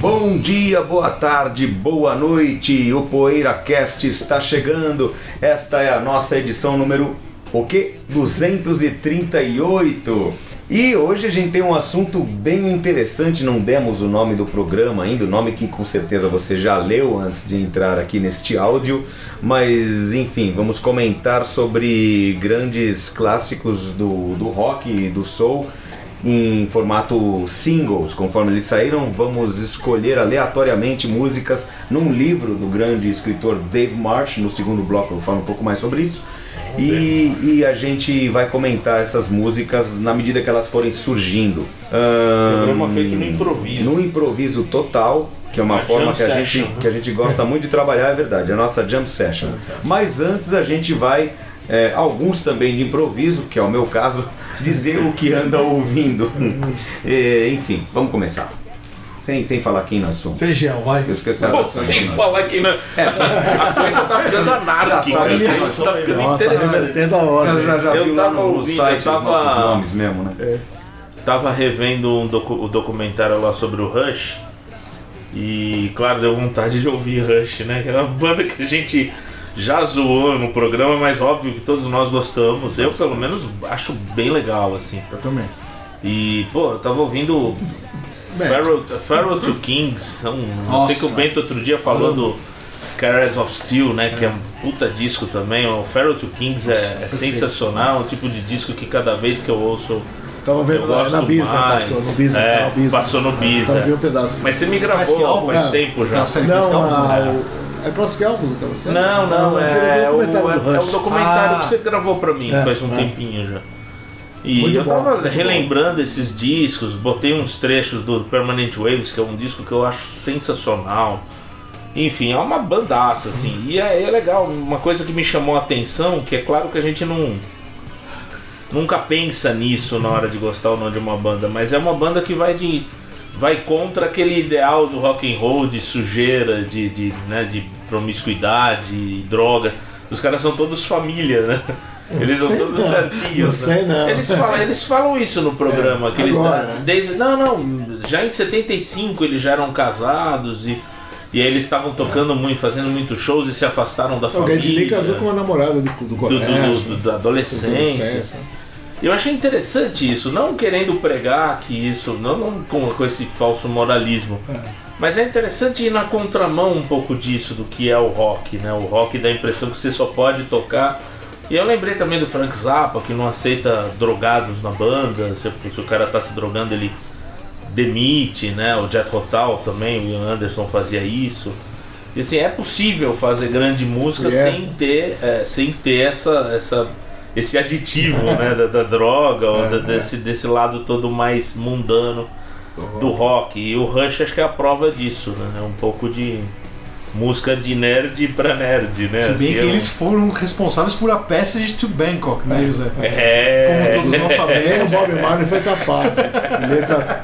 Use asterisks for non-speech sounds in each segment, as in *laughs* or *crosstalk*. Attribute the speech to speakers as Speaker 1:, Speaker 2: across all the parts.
Speaker 1: Bom dia, boa tarde, boa noite. O PoeiraCast está chegando. Esta é a nossa edição número o quê? 238. E hoje a gente tem um assunto bem interessante, não demos o nome do programa ainda, o nome que com certeza você já leu antes de entrar aqui neste áudio, mas enfim, vamos comentar sobre grandes clássicos do, do rock e do soul em formato singles. Conforme eles saíram, vamos escolher aleatoriamente músicas num livro do grande escritor Dave Marsh. No segundo bloco eu falo um pouco mais sobre isso. E, e a gente vai comentar essas músicas na medida que elas forem surgindo. Ahn,
Speaker 2: Programa feito no improviso.
Speaker 1: no improviso total, que é uma
Speaker 2: Uma
Speaker 1: forma
Speaker 2: jam
Speaker 1: que a, gente,
Speaker 2: session, né?
Speaker 1: que a gente gosta muito de trabalhar, é verdade, a nossa jam session. Mas antes a gente vai, é, alguns também de improviso, que é o meu caso, *laughs* dizer o que anda ouvindo. *laughs* É, enfim, vamos começar. Sem, sem falar quem nós somos.
Speaker 3: Sem gel, vai.
Speaker 1: Eu esqueci a
Speaker 2: Pô,
Speaker 1: relação de
Speaker 2: sem
Speaker 1: nós.
Speaker 2: falar que não.
Speaker 1: É,
Speaker 2: A coisa tá ficando anarca.
Speaker 1: Engraçado,
Speaker 2: cara.
Speaker 1: né?
Speaker 2: Isso tá ficando
Speaker 3: Nossa,
Speaker 2: interessante.
Speaker 3: até da hora. né?
Speaker 1: ela já, já
Speaker 2: né? Eu
Speaker 1: viu lá
Speaker 2: tava
Speaker 1: no, no
Speaker 2: ouvindo,
Speaker 1: site
Speaker 2: eu tava-
Speaker 1: os nossos nomes mesmo, né?
Speaker 2: Tava revendo um docu- o documentário lá sobre o Rush. E claro, deu vontade de ouvir Rush, né? Que é uma banda que a gente já zoou no programa, mas óbvio que todos nós gostamos. Eu pelo menos acho bem legal, assim.
Speaker 3: Eu também.
Speaker 2: E, pô, eu tava ouvindo
Speaker 3: Bem.
Speaker 2: Pharaoh, Pharaoh to Kings. é um- eu
Speaker 3: Nossa.
Speaker 2: sei que o Bento outro dia falou do Caress of Steel, né? Que é um puta disco também. O Pharaoh to Kings é- é, sensacional, um tipo de disco que cada vez que eu ouço.
Speaker 3: Tava vendo
Speaker 2: eu
Speaker 3: lá,
Speaker 2: gosto
Speaker 3: É, na Bisa,
Speaker 2: mais.
Speaker 3: passou no Bisa,
Speaker 2: É,
Speaker 3: canal Bisa.
Speaker 2: Passou no Bisa.
Speaker 3: Tava vendo um pedaço.
Speaker 2: Mas você me
Speaker 4: Mas que
Speaker 2: gravou
Speaker 4: álbum?
Speaker 2: faz
Speaker 3: É.
Speaker 2: tempo já.
Speaker 4: Nossa,
Speaker 3: Não,
Speaker 4: Pascal,
Speaker 3: a-
Speaker 4: né?
Speaker 3: o- é Pascal, música, você?
Speaker 2: Não, não, é,
Speaker 3: aquele
Speaker 2: o,
Speaker 3: documentário do
Speaker 2: é, é
Speaker 3: Rush.
Speaker 2: o documentário
Speaker 4: Ah.
Speaker 2: que você gravou pra mim
Speaker 3: É,
Speaker 2: faz um
Speaker 3: é.
Speaker 2: tempinho já. E
Speaker 3: Muito
Speaker 2: eu
Speaker 3: bom,
Speaker 2: tava
Speaker 3: muito
Speaker 2: relembrando esses discos, botei uns trechos do Permanent Waves, que é um disco que eu acho sensacional. Enfim, é uma bandaça, assim. E é, é legal, uma coisa que me chamou a atenção, que é claro que a gente não. Nunca pensa nisso na hora de gostar ou não de uma banda, mas é uma banda que vai de. vai contra aquele ideal do rock and roll de sujeira, de, de, né, de promiscuidade, e droga. Os caras são todos família, né? Eles são
Speaker 3: sei
Speaker 2: todos
Speaker 3: não.
Speaker 2: certinhos.
Speaker 3: Não
Speaker 2: né?
Speaker 3: sei não.
Speaker 2: Eles falam, eles falam isso no programa, que eles
Speaker 3: agora,
Speaker 2: da-
Speaker 3: né?
Speaker 2: desde não, não, já em 75 eles já eram casados e e aí eles estavam tocando muito, fazendo muitos shows e se afastaram da
Speaker 3: O Guedlin
Speaker 2: família.
Speaker 3: casou com uma namorada do, do
Speaker 2: do, do-
Speaker 3: colégio.
Speaker 2: do- da
Speaker 3: da
Speaker 2: adolescência.
Speaker 3: adolescência.
Speaker 2: Eu achei interessante isso, não querendo pregar que isso, não, não com, com esse falso moralismo, mas é interessante ir na contramão um pouco disso, do que é o rock, né? O rock dá a impressão que você só pode tocar. E eu lembrei também do Frank Zappa, que não aceita drogados na banda, se, se o cara tá se drogando ele demite, né? O Jet Hotel também, o Ian Anderson fazia isso. E assim, é possível fazer grande música
Speaker 3: Yes.
Speaker 2: sem ter, é, sem ter essa, essa, esse aditivo né? da, da droga, ou da- desse, desse lado todo mais mundano do rock. E o Rush acho que é a prova disso, né? É um pouco de música de nerd pra nerd, né?
Speaker 4: Se bem
Speaker 2: Assim,
Speaker 4: que
Speaker 2: é um-
Speaker 4: eles foram responsáveis por a Passage to Bangkok, né, José?
Speaker 2: *laughs* É... *laughs*
Speaker 4: Como todos nós né?
Speaker 3: Nem o
Speaker 4: sabemos.
Speaker 3: Bob Marley foi capaz. Letra.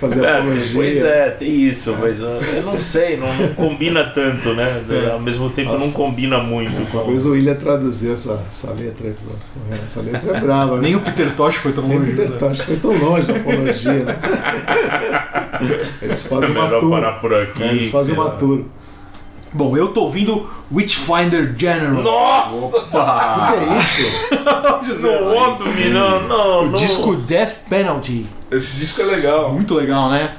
Speaker 3: Fazer
Speaker 2: É,
Speaker 3: apologia.
Speaker 2: pois é, tem isso, mas eu, eu não sei, não, não combina tanto, né?
Speaker 3: É.
Speaker 2: Ao mesmo tempo não
Speaker 3: Nossa.
Speaker 2: combina muito com.
Speaker 3: Talvez o William traduziu essa, essa letra. aí pro- pro Renan. Essa letra é *laughs* brava.
Speaker 4: Nem o Peter Tosh foi tão
Speaker 3: Nem
Speaker 4: longe, né?
Speaker 3: o
Speaker 4: José.
Speaker 3: detalhe, foi tão longe da apologia, *laughs* né? Eles
Speaker 2: É
Speaker 3: fazem uma
Speaker 2: melhor
Speaker 3: tour.
Speaker 2: parar por aqui.
Speaker 4: É,
Speaker 3: né? Eles fazem
Speaker 2: sei
Speaker 3: uma
Speaker 2: lá.
Speaker 3: tour.
Speaker 4: Bom, eu tô ouvindo Witchfinder General.
Speaker 2: Nossa!
Speaker 1: Ah,
Speaker 3: O que é isso?
Speaker 2: Não, óbvio, não, não,
Speaker 4: O
Speaker 2: não.
Speaker 4: disco Death Penalty.
Speaker 2: Esse disco é legal.
Speaker 4: Muito legal, né?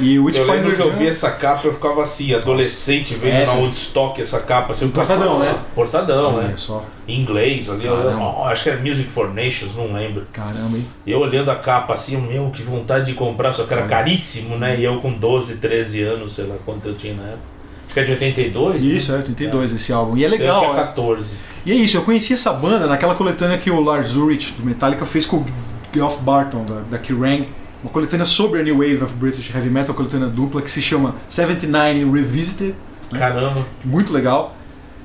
Speaker 4: E o
Speaker 2: Eu
Speaker 4: Witchfinder
Speaker 2: lembro que eu vi
Speaker 4: General-
Speaker 2: essa capa, eu ficava assim, adolescente, vendo
Speaker 4: Essa.
Speaker 2: na Woodstock essa capa. Assim, eu ficava,
Speaker 4: Portadão,
Speaker 2: "Ah,
Speaker 4: né?"
Speaker 2: Portadão, né?
Speaker 4: Olha só.
Speaker 2: Em inglês ali. eu-
Speaker 4: Caramba.
Speaker 2: oh, acho que era Music for Nations, não lembro.
Speaker 4: Caramba, hein?
Speaker 2: Eu olhando a capa assim, meu, que vontade de comprar, só que era caríssimo, né? E eu com 12, 13 anos, sei lá quanto eu tinha na época. Acho que é de 82? né?
Speaker 4: Isso, é 82 esse álbum. E é
Speaker 2: Eu
Speaker 4: legal,
Speaker 2: tinha
Speaker 4: né?
Speaker 2: 14.
Speaker 4: E é isso, eu conheci essa banda naquela coletânea que o Lars Ulrich do Metallica fez com o Geoff Barton da, da Kerrang, uma coletânea sobre a New Wave of British Heavy Metal, coletânea dupla que se chama 79 Revisited
Speaker 2: Caramba.
Speaker 4: muito legal.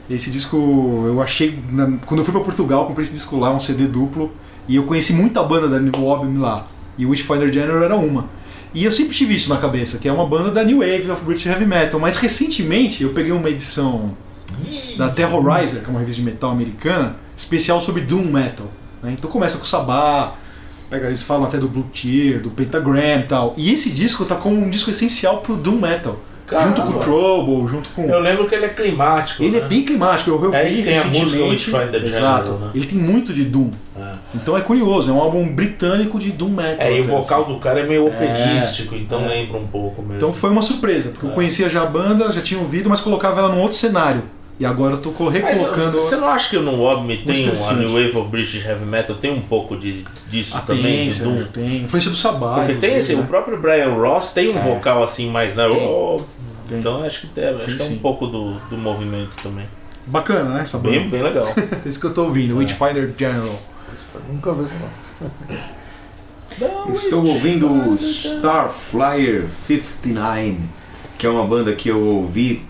Speaker 4: Esse disco eu achei. na- quando eu fui pra Portugal, eu comprei esse disco lá, um CD duplo, e eu conheci muita banda da New Obim lá. E o Witchfinder General era uma. E eu sempre tive isso na cabeça, que é uma banda da New Wave of British Heavy Metal. Mas recentemente eu peguei uma edição da Terrorizer, que é uma revista de metal americana, especial sobre Doom Metal. né? Então começa com o Sabá, pega, eles falam até do Blue Tear, do Pentagram e tal. E esse disco tá como um disco essencial pro Doom Metal. Junto com o
Speaker 2: Caramba.
Speaker 4: Trouble, junto com.
Speaker 2: Eu lembro que ele é climático.
Speaker 4: Ele
Speaker 2: né?
Speaker 4: é bem climático, eu ouvi
Speaker 2: É, ele tem a música
Speaker 4: recentemente.
Speaker 2: Witchfinder General,
Speaker 4: Exato.
Speaker 2: né?
Speaker 4: Ele tem muito de Doom.
Speaker 2: É.
Speaker 4: Então é curioso, é um álbum britânico de Doom Metal.
Speaker 2: É, e o
Speaker 4: até,
Speaker 2: vocal
Speaker 4: assim.
Speaker 2: do cara é meio operístico, então
Speaker 4: é.
Speaker 2: lembra um pouco mesmo.
Speaker 4: Então foi uma surpresa, porque
Speaker 2: É.
Speaker 4: eu conhecia já a banda, já tinha ouvido, mas colocava ela num outro cenário. E agora eu tô co-
Speaker 2: Mas
Speaker 4: recolocando.
Speaker 2: você não acha que no Obmi tem um, a
Speaker 4: interessante.
Speaker 2: New Wave of British Heavy Metal tem um pouco de, disso
Speaker 4: a
Speaker 2: também?
Speaker 4: tendência,
Speaker 2: do-
Speaker 4: né? tem. Influência do né? Sabá.
Speaker 2: Porque tem esse,
Speaker 4: inclusive,
Speaker 2: o próprio Brian Ross tem um vocal assim mais, né? Oh,
Speaker 4: Tem.
Speaker 2: Então acho que, deve, acho
Speaker 4: Tem
Speaker 2: que é um
Speaker 4: sim.
Speaker 2: pouco do, do movimento também.
Speaker 4: né? Bacana, né? Essa banda.
Speaker 2: Bem, É. bem legal.
Speaker 4: Esse que eu tô ouvindo, Witchfinder General.
Speaker 3: Nunca vi isso não.
Speaker 1: Estou ouvindo o Starflyer 59, que é uma banda que eu ouvi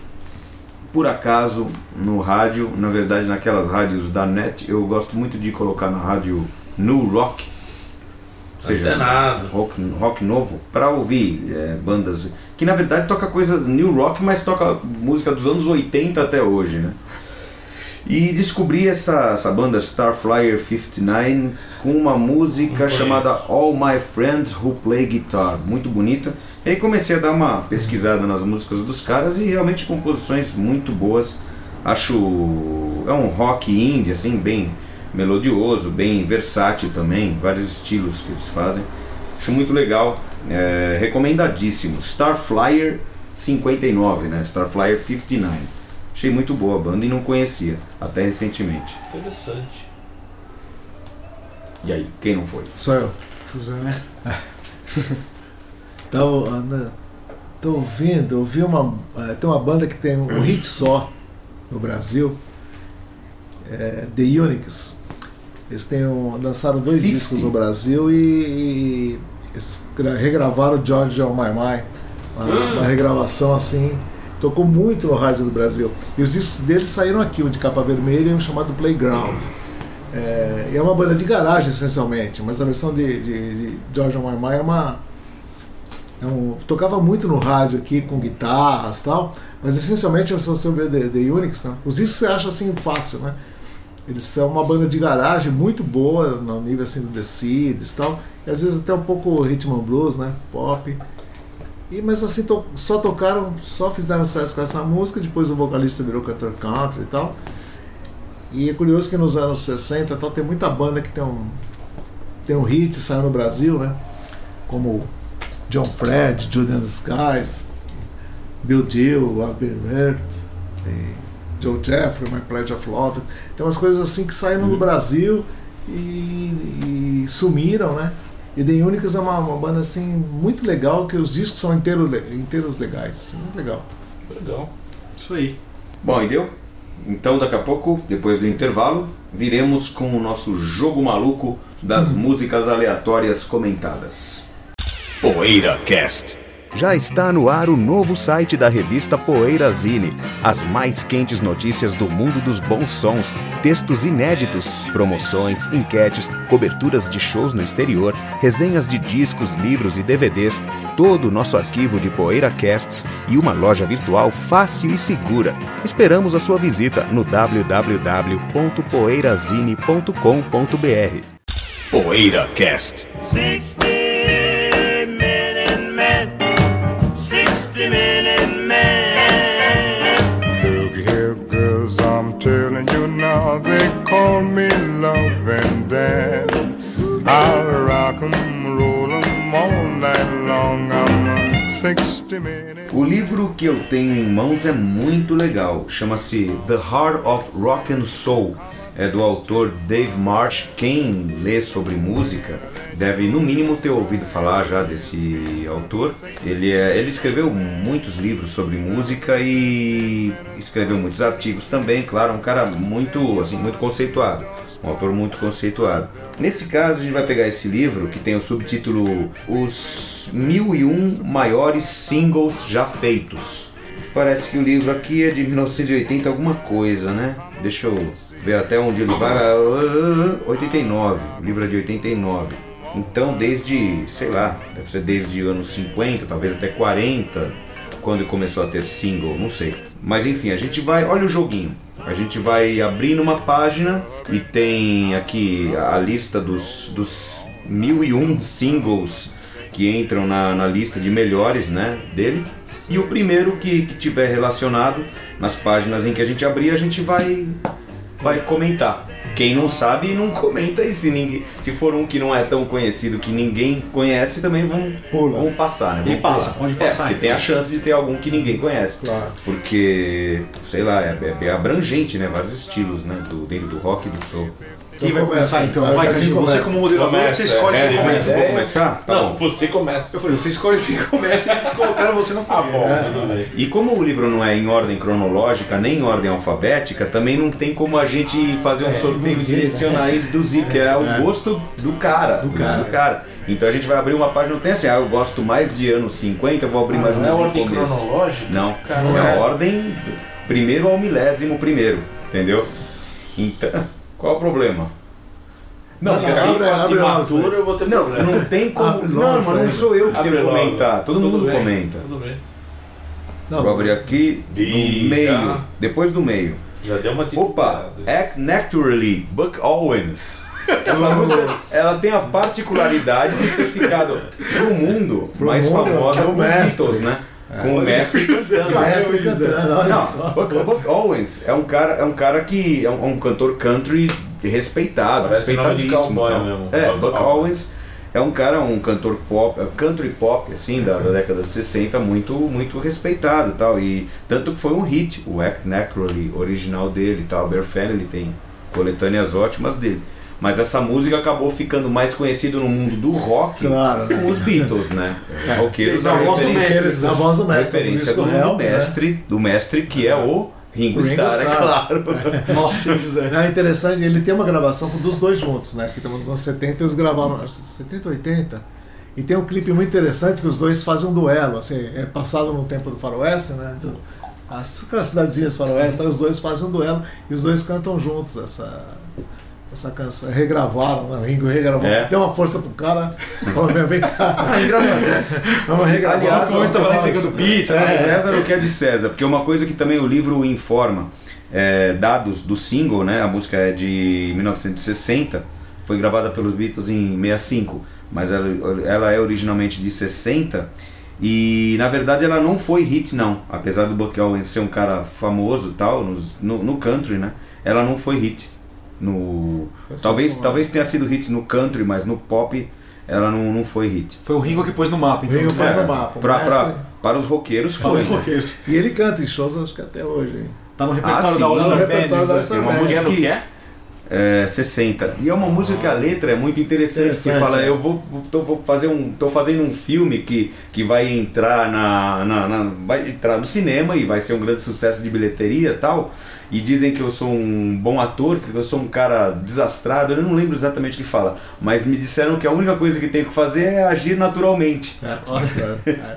Speaker 1: por acaso no rádio, na verdade naquelas rádios da net, eu gosto muito de colocar na rádio New Rock, ou
Speaker 2: Antenado.
Speaker 1: rock, rock novo, para ouvir é, bandas que na verdade toca coisa New Rock, mas toca música dos anos 80 até hoje, né? E descobri essa, essa banda Starflyer 59 com uma música
Speaker 2: conheço.
Speaker 1: chamada All My Friends Who Play Guitar, muito bonita. E aí comecei a dar uma pesquisada nas músicas dos caras e realmente composições muito boas. Acho é um rock indie assim, bem melodioso, bem versátil também, vários estilos que eles fazem. Acho muito legal, é, recomendadíssimo. Starflyer 59, né? Starflyer 59. Achei muito boa a banda e não conhecia, até recentemente.
Speaker 2: Interessante.
Speaker 1: E aí, quem não foi?
Speaker 3: Sou eu. é,
Speaker 4: José, né?
Speaker 3: Então, Ana, tô ouvindo, eu vi uma. eh, Tem uma banda que tem um hit só no Brasil. é, The Unix. Eles têm um- lançaram dois
Speaker 1: Fifty.
Speaker 3: discos no Brasil e, e eles gra- regravaram George On My Mind. Uma, uma regravação assim. Tocou muito no rádio do Brasil. E os discos deles saíram aqui, um de capa vermelha e um chamado Playground. É, e é uma banda de garagem, essencialmente, mas a versão de, de, de George On My Mind é uma. É um, tocava muito no rádio aqui com guitarras e tal, mas essencialmente é a versão sobre The, The Unix, né? os discos você acha assim fácil, né? Eles são uma banda de garagem muito boa no nível assim do The Seeds e tal. E às vezes até um pouco rhythm and blues, né? Pop. E, mas assim, to- só tocaram, só fizeram sucesso com essa música, depois o vocalista virou cantor country e tal. E é curioso que nos anos 60 e tal, tem muita banda que tem um, tem um hit, saiu no Brasil, né? Como John Fred, Julian Skies, Bill Dill, Abner Hurt, e Joe Jeffrey, My Pledge of Love. Tem umas coisas assim que saíram do Brasil e, e sumiram, né? E The Unicus é uma, uma banda assim muito legal, que os discos são inteiro, le- inteiros legais, assim, muito legal.
Speaker 2: Legal.
Speaker 4: Isso aí.
Speaker 1: Bom, e deu? Então, daqui a pouco, depois do intervalo, viremos com o nosso jogo maluco das músicas aleatórias comentadas.
Speaker 5: Poeira Cast.
Speaker 1: Já está no ar o novo site da revista Poeira Zine. As mais quentes notícias do mundo dos bons sons, textos inéditos, promoções, enquetes, coberturas de shows no exterior, resenhas de discos, livros e DVDs, todo o nosso arquivo de Poeira Casts e uma loja virtual fácil e segura. Esperamos a sua visita no www.poeirazine.com.br.
Speaker 5: Poeira Cast.
Speaker 6: 60 minute man. 60 minute man.
Speaker 7: Look here, girls, I'm telling you now, they call me Love and Dan. I'll rock 'em, roll 'em all night long. I'm a 60 minute.
Speaker 1: O livro que eu tenho em mãos é muito legal. Chama-se The Heart of Rock and Soul. É do autor Dave Marsh. Quem lê sobre música deve, no mínimo, ter ouvido falar já desse autor. Ele, é- ele escreveu muitos livros sobre música e escreveu muitos artigos também. Claro, um cara muito, assim, muito conceituado. Um autor muito conceituado. Nesse caso, a gente vai pegar esse livro que tem o Um subtítulo Os 1001 Maiores Singles Já Feitos. Parece que o livro aqui é de 1980 alguma coisa, né? Deixa eu ver até onde ele vai. Ah, ah, ah, 89. O livro é de 89. Então, desde, sei lá, deve ser desde anos 50, talvez até 40, quando começou a ter single, não sei. Mas enfim, a gente vai. Olha o joguinho. A gente vai abrindo uma página e tem aqui a lista dos, dos 1001 singles que entram na, na lista de melhores né, dele. E o primeiro que, que tiver relacionado nas páginas em que a gente abrir, a gente vai, vai comentar. Quem não sabe, não comenta. E se, ninguém, se for um que não é tão conhecido, que ninguém conhece, também vão,
Speaker 3: Pula.
Speaker 1: vão passar. Né?
Speaker 4: E
Speaker 1: Vão
Speaker 4: passa,
Speaker 1: pular.
Speaker 4: pode
Speaker 1: É,
Speaker 4: passar,
Speaker 1: porque
Speaker 4: então.
Speaker 1: tem a chance de ter algum que ninguém conhece.
Speaker 3: Claro.
Speaker 1: Porque, sei lá, é, é- é abrangente, né? Vários estilos, né? Do, dentro do rock e do soul.
Speaker 3: Então
Speaker 4: e vai
Speaker 3: começa,
Speaker 4: começar então.
Speaker 3: vai,
Speaker 4: Vai,
Speaker 3: que a gente
Speaker 4: Candinho, você
Speaker 3: começa.
Speaker 4: como moderador,
Speaker 2: Começa,
Speaker 4: você escolhe
Speaker 2: é,
Speaker 4: quem
Speaker 2: é,
Speaker 4: começa.
Speaker 1: Vou começar? Tá
Speaker 2: Não,
Speaker 1: bom.
Speaker 2: você começa.
Speaker 4: Eu falei, você escolhe quem começa, eles colocaram você na
Speaker 2: Tá
Speaker 4: família.
Speaker 2: bom,
Speaker 4: né?
Speaker 2: tudo bem.
Speaker 1: E como o livro não é em ordem cronológica, nem em ordem alfabética, também não tem como a gente fazer um sorteio e
Speaker 3: induzir,
Speaker 1: selecionar e induzir, que é o gosto do cara. Do
Speaker 3: cara.
Speaker 1: Então a gente vai abrir uma página, não tem assim, ah, eu gosto mais de anos 50, eu vou abrir mais ou
Speaker 2: não é
Speaker 1: menos no
Speaker 2: ordem
Speaker 1: começo.
Speaker 2: cronológica?
Speaker 1: Não,
Speaker 2: Caramba.
Speaker 1: é a ordem do primeiro ao milésimo primeiro, entendeu? Então, qual o problema? Não,
Speaker 3: Não,
Speaker 1: porque
Speaker 2: Se
Speaker 1: assim,
Speaker 3: abre,
Speaker 2: for
Speaker 3: abre
Speaker 2: assinatura,
Speaker 3: logo,
Speaker 2: eu vou ter
Speaker 1: não,
Speaker 2: problema.
Speaker 1: não tem como.
Speaker 3: Abre logo
Speaker 1: não, mas
Speaker 3: isso aí.
Speaker 1: não sou eu que
Speaker 2: Abre
Speaker 1: tenho que
Speaker 2: logo.
Speaker 1: comentar, todo
Speaker 2: Tudo
Speaker 1: mundo
Speaker 2: bem,
Speaker 1: comenta.
Speaker 2: Tudo bem.
Speaker 3: Não,
Speaker 1: Vou abrir aqui
Speaker 2: Diga.
Speaker 1: no meio, depois do meio.
Speaker 2: Já deu uma
Speaker 1: tipo Opa,
Speaker 2: tiltada.
Speaker 1: Act Naturally, Buck Owens. Essa música, *laughs* ela tem a particularidade de ter ficado pro mundo mais
Speaker 3: mundo,
Speaker 1: famosa
Speaker 3: que é o
Speaker 1: com os
Speaker 3: mestre. É.
Speaker 1: Beatles, né? Com o
Speaker 3: *laughs*
Speaker 1: mestre cantando.
Speaker 3: Maestro e cantando, olha
Speaker 1: Não,
Speaker 3: só.
Speaker 1: Buck, Buck Owens é um cara, é um cara que é um, é um cantor country respeitado,
Speaker 2: Parece nome de
Speaker 1: respeitadíssimo.
Speaker 2: cowboy
Speaker 1: então.
Speaker 2: mesmo,
Speaker 1: É,
Speaker 2: Buck
Speaker 1: Buck
Speaker 2: Owens.
Speaker 1: Owens é um cara, um cantor pop, country pop assim da, da década de 60 muito muito respeitado, e tal, e tanto que foi um hit o Act Naturally original dele, e tal, Bear Family tem coletâneas ótimas dele. Mas essa música acabou ficando mais conhecida no mundo do rock
Speaker 3: Claro, né? É.
Speaker 1: com os Beatles, né? Roqueiros
Speaker 3: Na
Speaker 1: a
Speaker 3: voz do
Speaker 1: referência-
Speaker 3: mestre, na voz do mestre.
Speaker 1: referência
Speaker 3: Disco
Speaker 1: do,
Speaker 3: real, né?
Speaker 1: mestre, do mestre que é o Ringo,
Speaker 3: Ringo
Speaker 1: Starr, é *laughs*
Speaker 3: Starr.
Speaker 1: claro.
Speaker 4: Nossa, José.
Speaker 3: É interessante, ele tem uma gravação dos dois juntos, né? Que estamos nos anos 70, eles gravaram 70, 80. E tem um clipe muito interessante que os dois fazem um duelo, assim, é passado no tempo do faroeste, né? Do- As aquelas cidadezinhas faroeste, aí os dois fazem um duelo e os dois cantam juntos essa essa canção. Regravaram, né? O Ringo regravou.
Speaker 1: É.
Speaker 3: Deu uma força pro cara. Falou, meu, vem cá. Vamos regravar.
Speaker 1: Aliás,
Speaker 3: Vamos
Speaker 1: eu tava lá
Speaker 3: nós.
Speaker 1: entregando César, César o que é de César, porque uma coisa que também o livro informa, é, dados do single, né? A música é de 1960, foi gravada pelos Beatles em 65, mas ela, ela é originalmente de 60 e na verdade ela não foi hit não, apesar do Buck Owens ser um cara famoso e tal nos- no, no country, né? Ela não foi hit no talvez talvez tenha sido hit no country, mas no pop ela não, não foi hit.
Speaker 4: Foi o Ringo que pôs no mapa, então.
Speaker 3: Ringo pôs no mapa. o
Speaker 1: É. Pra, pra-
Speaker 3: mestre-
Speaker 1: para os roqueiros
Speaker 4: Fala
Speaker 1: foi.
Speaker 4: aí, roqueiros.
Speaker 3: E ele canta em shows, acho que até hoje, hein?
Speaker 4: Tá no
Speaker 1: Ah, sim.
Speaker 4: repertório
Speaker 3: Tá
Speaker 4: da
Speaker 3: no
Speaker 4: All-Star
Speaker 3: repertório da
Speaker 4: Band.
Speaker 3: All-Star
Speaker 1: Tem uma
Speaker 3: Band.
Speaker 1: música que
Speaker 2: é?
Speaker 1: é 60. E é uma música que a letra é muito interessante,
Speaker 3: Interessante,
Speaker 1: que fala,
Speaker 3: é.
Speaker 1: eu vou, tô, vou fazer um, tô fazendo um filme que, que vai entrar na, na, na- vai entrar no cinema e vai ser um grande sucesso de bilheteria e tal. E dizem que eu sou um bom ator, que eu sou um cara desastrado, eu não lembro exatamente o que fala, mas me disseram que a única coisa que tenho que fazer é agir naturalmente.
Speaker 3: É,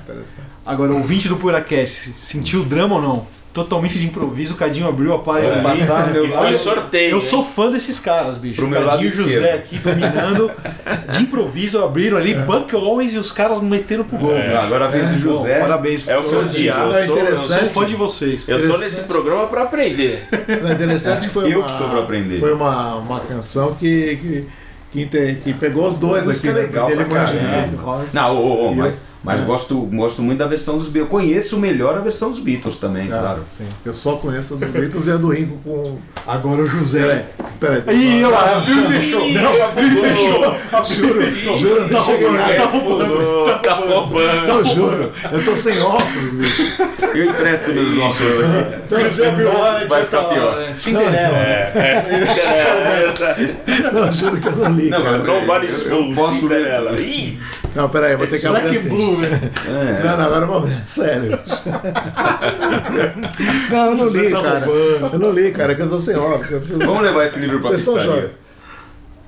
Speaker 3: interessante.
Speaker 4: Agora, o ouvinte do Puracast, sentiu o drama ou não? Totalmente de improviso, o Cadinho abriu a página.
Speaker 1: Vou passar meu
Speaker 2: É. E foi
Speaker 1: lado-
Speaker 2: sorteio.
Speaker 4: Eu sou fã desses caras, bicho.
Speaker 1: Pro
Speaker 4: O
Speaker 1: meu
Speaker 4: Cadinho e
Speaker 1: lado
Speaker 4: José
Speaker 1: esquerdo.
Speaker 4: aqui dominando. De improviso, abriram ali
Speaker 3: É.
Speaker 4: Buck Owens e os caras meteram pro gol.
Speaker 1: Ah, Agora a vez do
Speaker 4: Bom,
Speaker 1: José.
Speaker 4: parabéns.
Speaker 2: É o meu
Speaker 4: seus
Speaker 2: diabo.
Speaker 3: É
Speaker 2: Eu sou, eu sou
Speaker 4: Eu sou
Speaker 3: interessante.
Speaker 4: fã de vocês.
Speaker 2: Eu tô
Speaker 3: Interessante.
Speaker 2: nesse programa pra aprender.
Speaker 3: Não, é interessante que foi
Speaker 1: Eu
Speaker 3: uma,
Speaker 1: que tô pra aprender.
Speaker 3: Foi uma, uma canção que, que, que, inte- que pegou os dois aqui,
Speaker 1: Música
Speaker 3: né?
Speaker 1: legal
Speaker 3: Porque ele
Speaker 1: pra
Speaker 3: imagina,
Speaker 1: caramba.
Speaker 3: né? Rollins.
Speaker 1: Não, ô, ô, ô, mas, mas
Speaker 3: É.
Speaker 1: gosto, gosto muito da versão dos Beatles. Eu conheço melhor a versão dos Beatles também,
Speaker 3: Cara,
Speaker 1: claro.
Speaker 3: Ah, sim. Eu só conheço a dos Beatles e a do Ringo com.
Speaker 4: Agora o José.
Speaker 3: Peraí, peraí.
Speaker 4: Ih, olha lá,
Speaker 3: *laughs*
Speaker 4: abriu e fechou.
Speaker 2: Ih, afundou.
Speaker 3: Juro, juro, tá
Speaker 2: Afundou,
Speaker 3: roubando, tá roubando.
Speaker 2: Tá roubando.
Speaker 3: Não, juro, eu tô sem óculos, bicho.
Speaker 1: Eu empresto meus óculos aqui.
Speaker 3: Então, José Bilal-
Speaker 1: Vai ficar pior.
Speaker 4: né? Cinderela.
Speaker 2: É, Cinderela.
Speaker 3: Não, juro que eu não li. cara.
Speaker 2: Nobody's
Speaker 1: eu- eu
Speaker 2: fool,
Speaker 1: posso
Speaker 2: Cinderela.
Speaker 1: ler.
Speaker 2: Ih,
Speaker 3: Não, peraí, eu vou ter que abrir
Speaker 4: Black and
Speaker 3: assim.
Speaker 4: Blue, né?
Speaker 1: É.
Speaker 3: Não, não, agora eu vou abrir. Sério. Não, eu não li,
Speaker 4: tá
Speaker 3: cara.
Speaker 4: roubando.
Speaker 3: Eu não li, cara, que eu tô sem óculos. eu preciso-
Speaker 1: Vamos levar esse livro pra
Speaker 3: Vocês são
Speaker 1: pizzaria.
Speaker 3: jovens.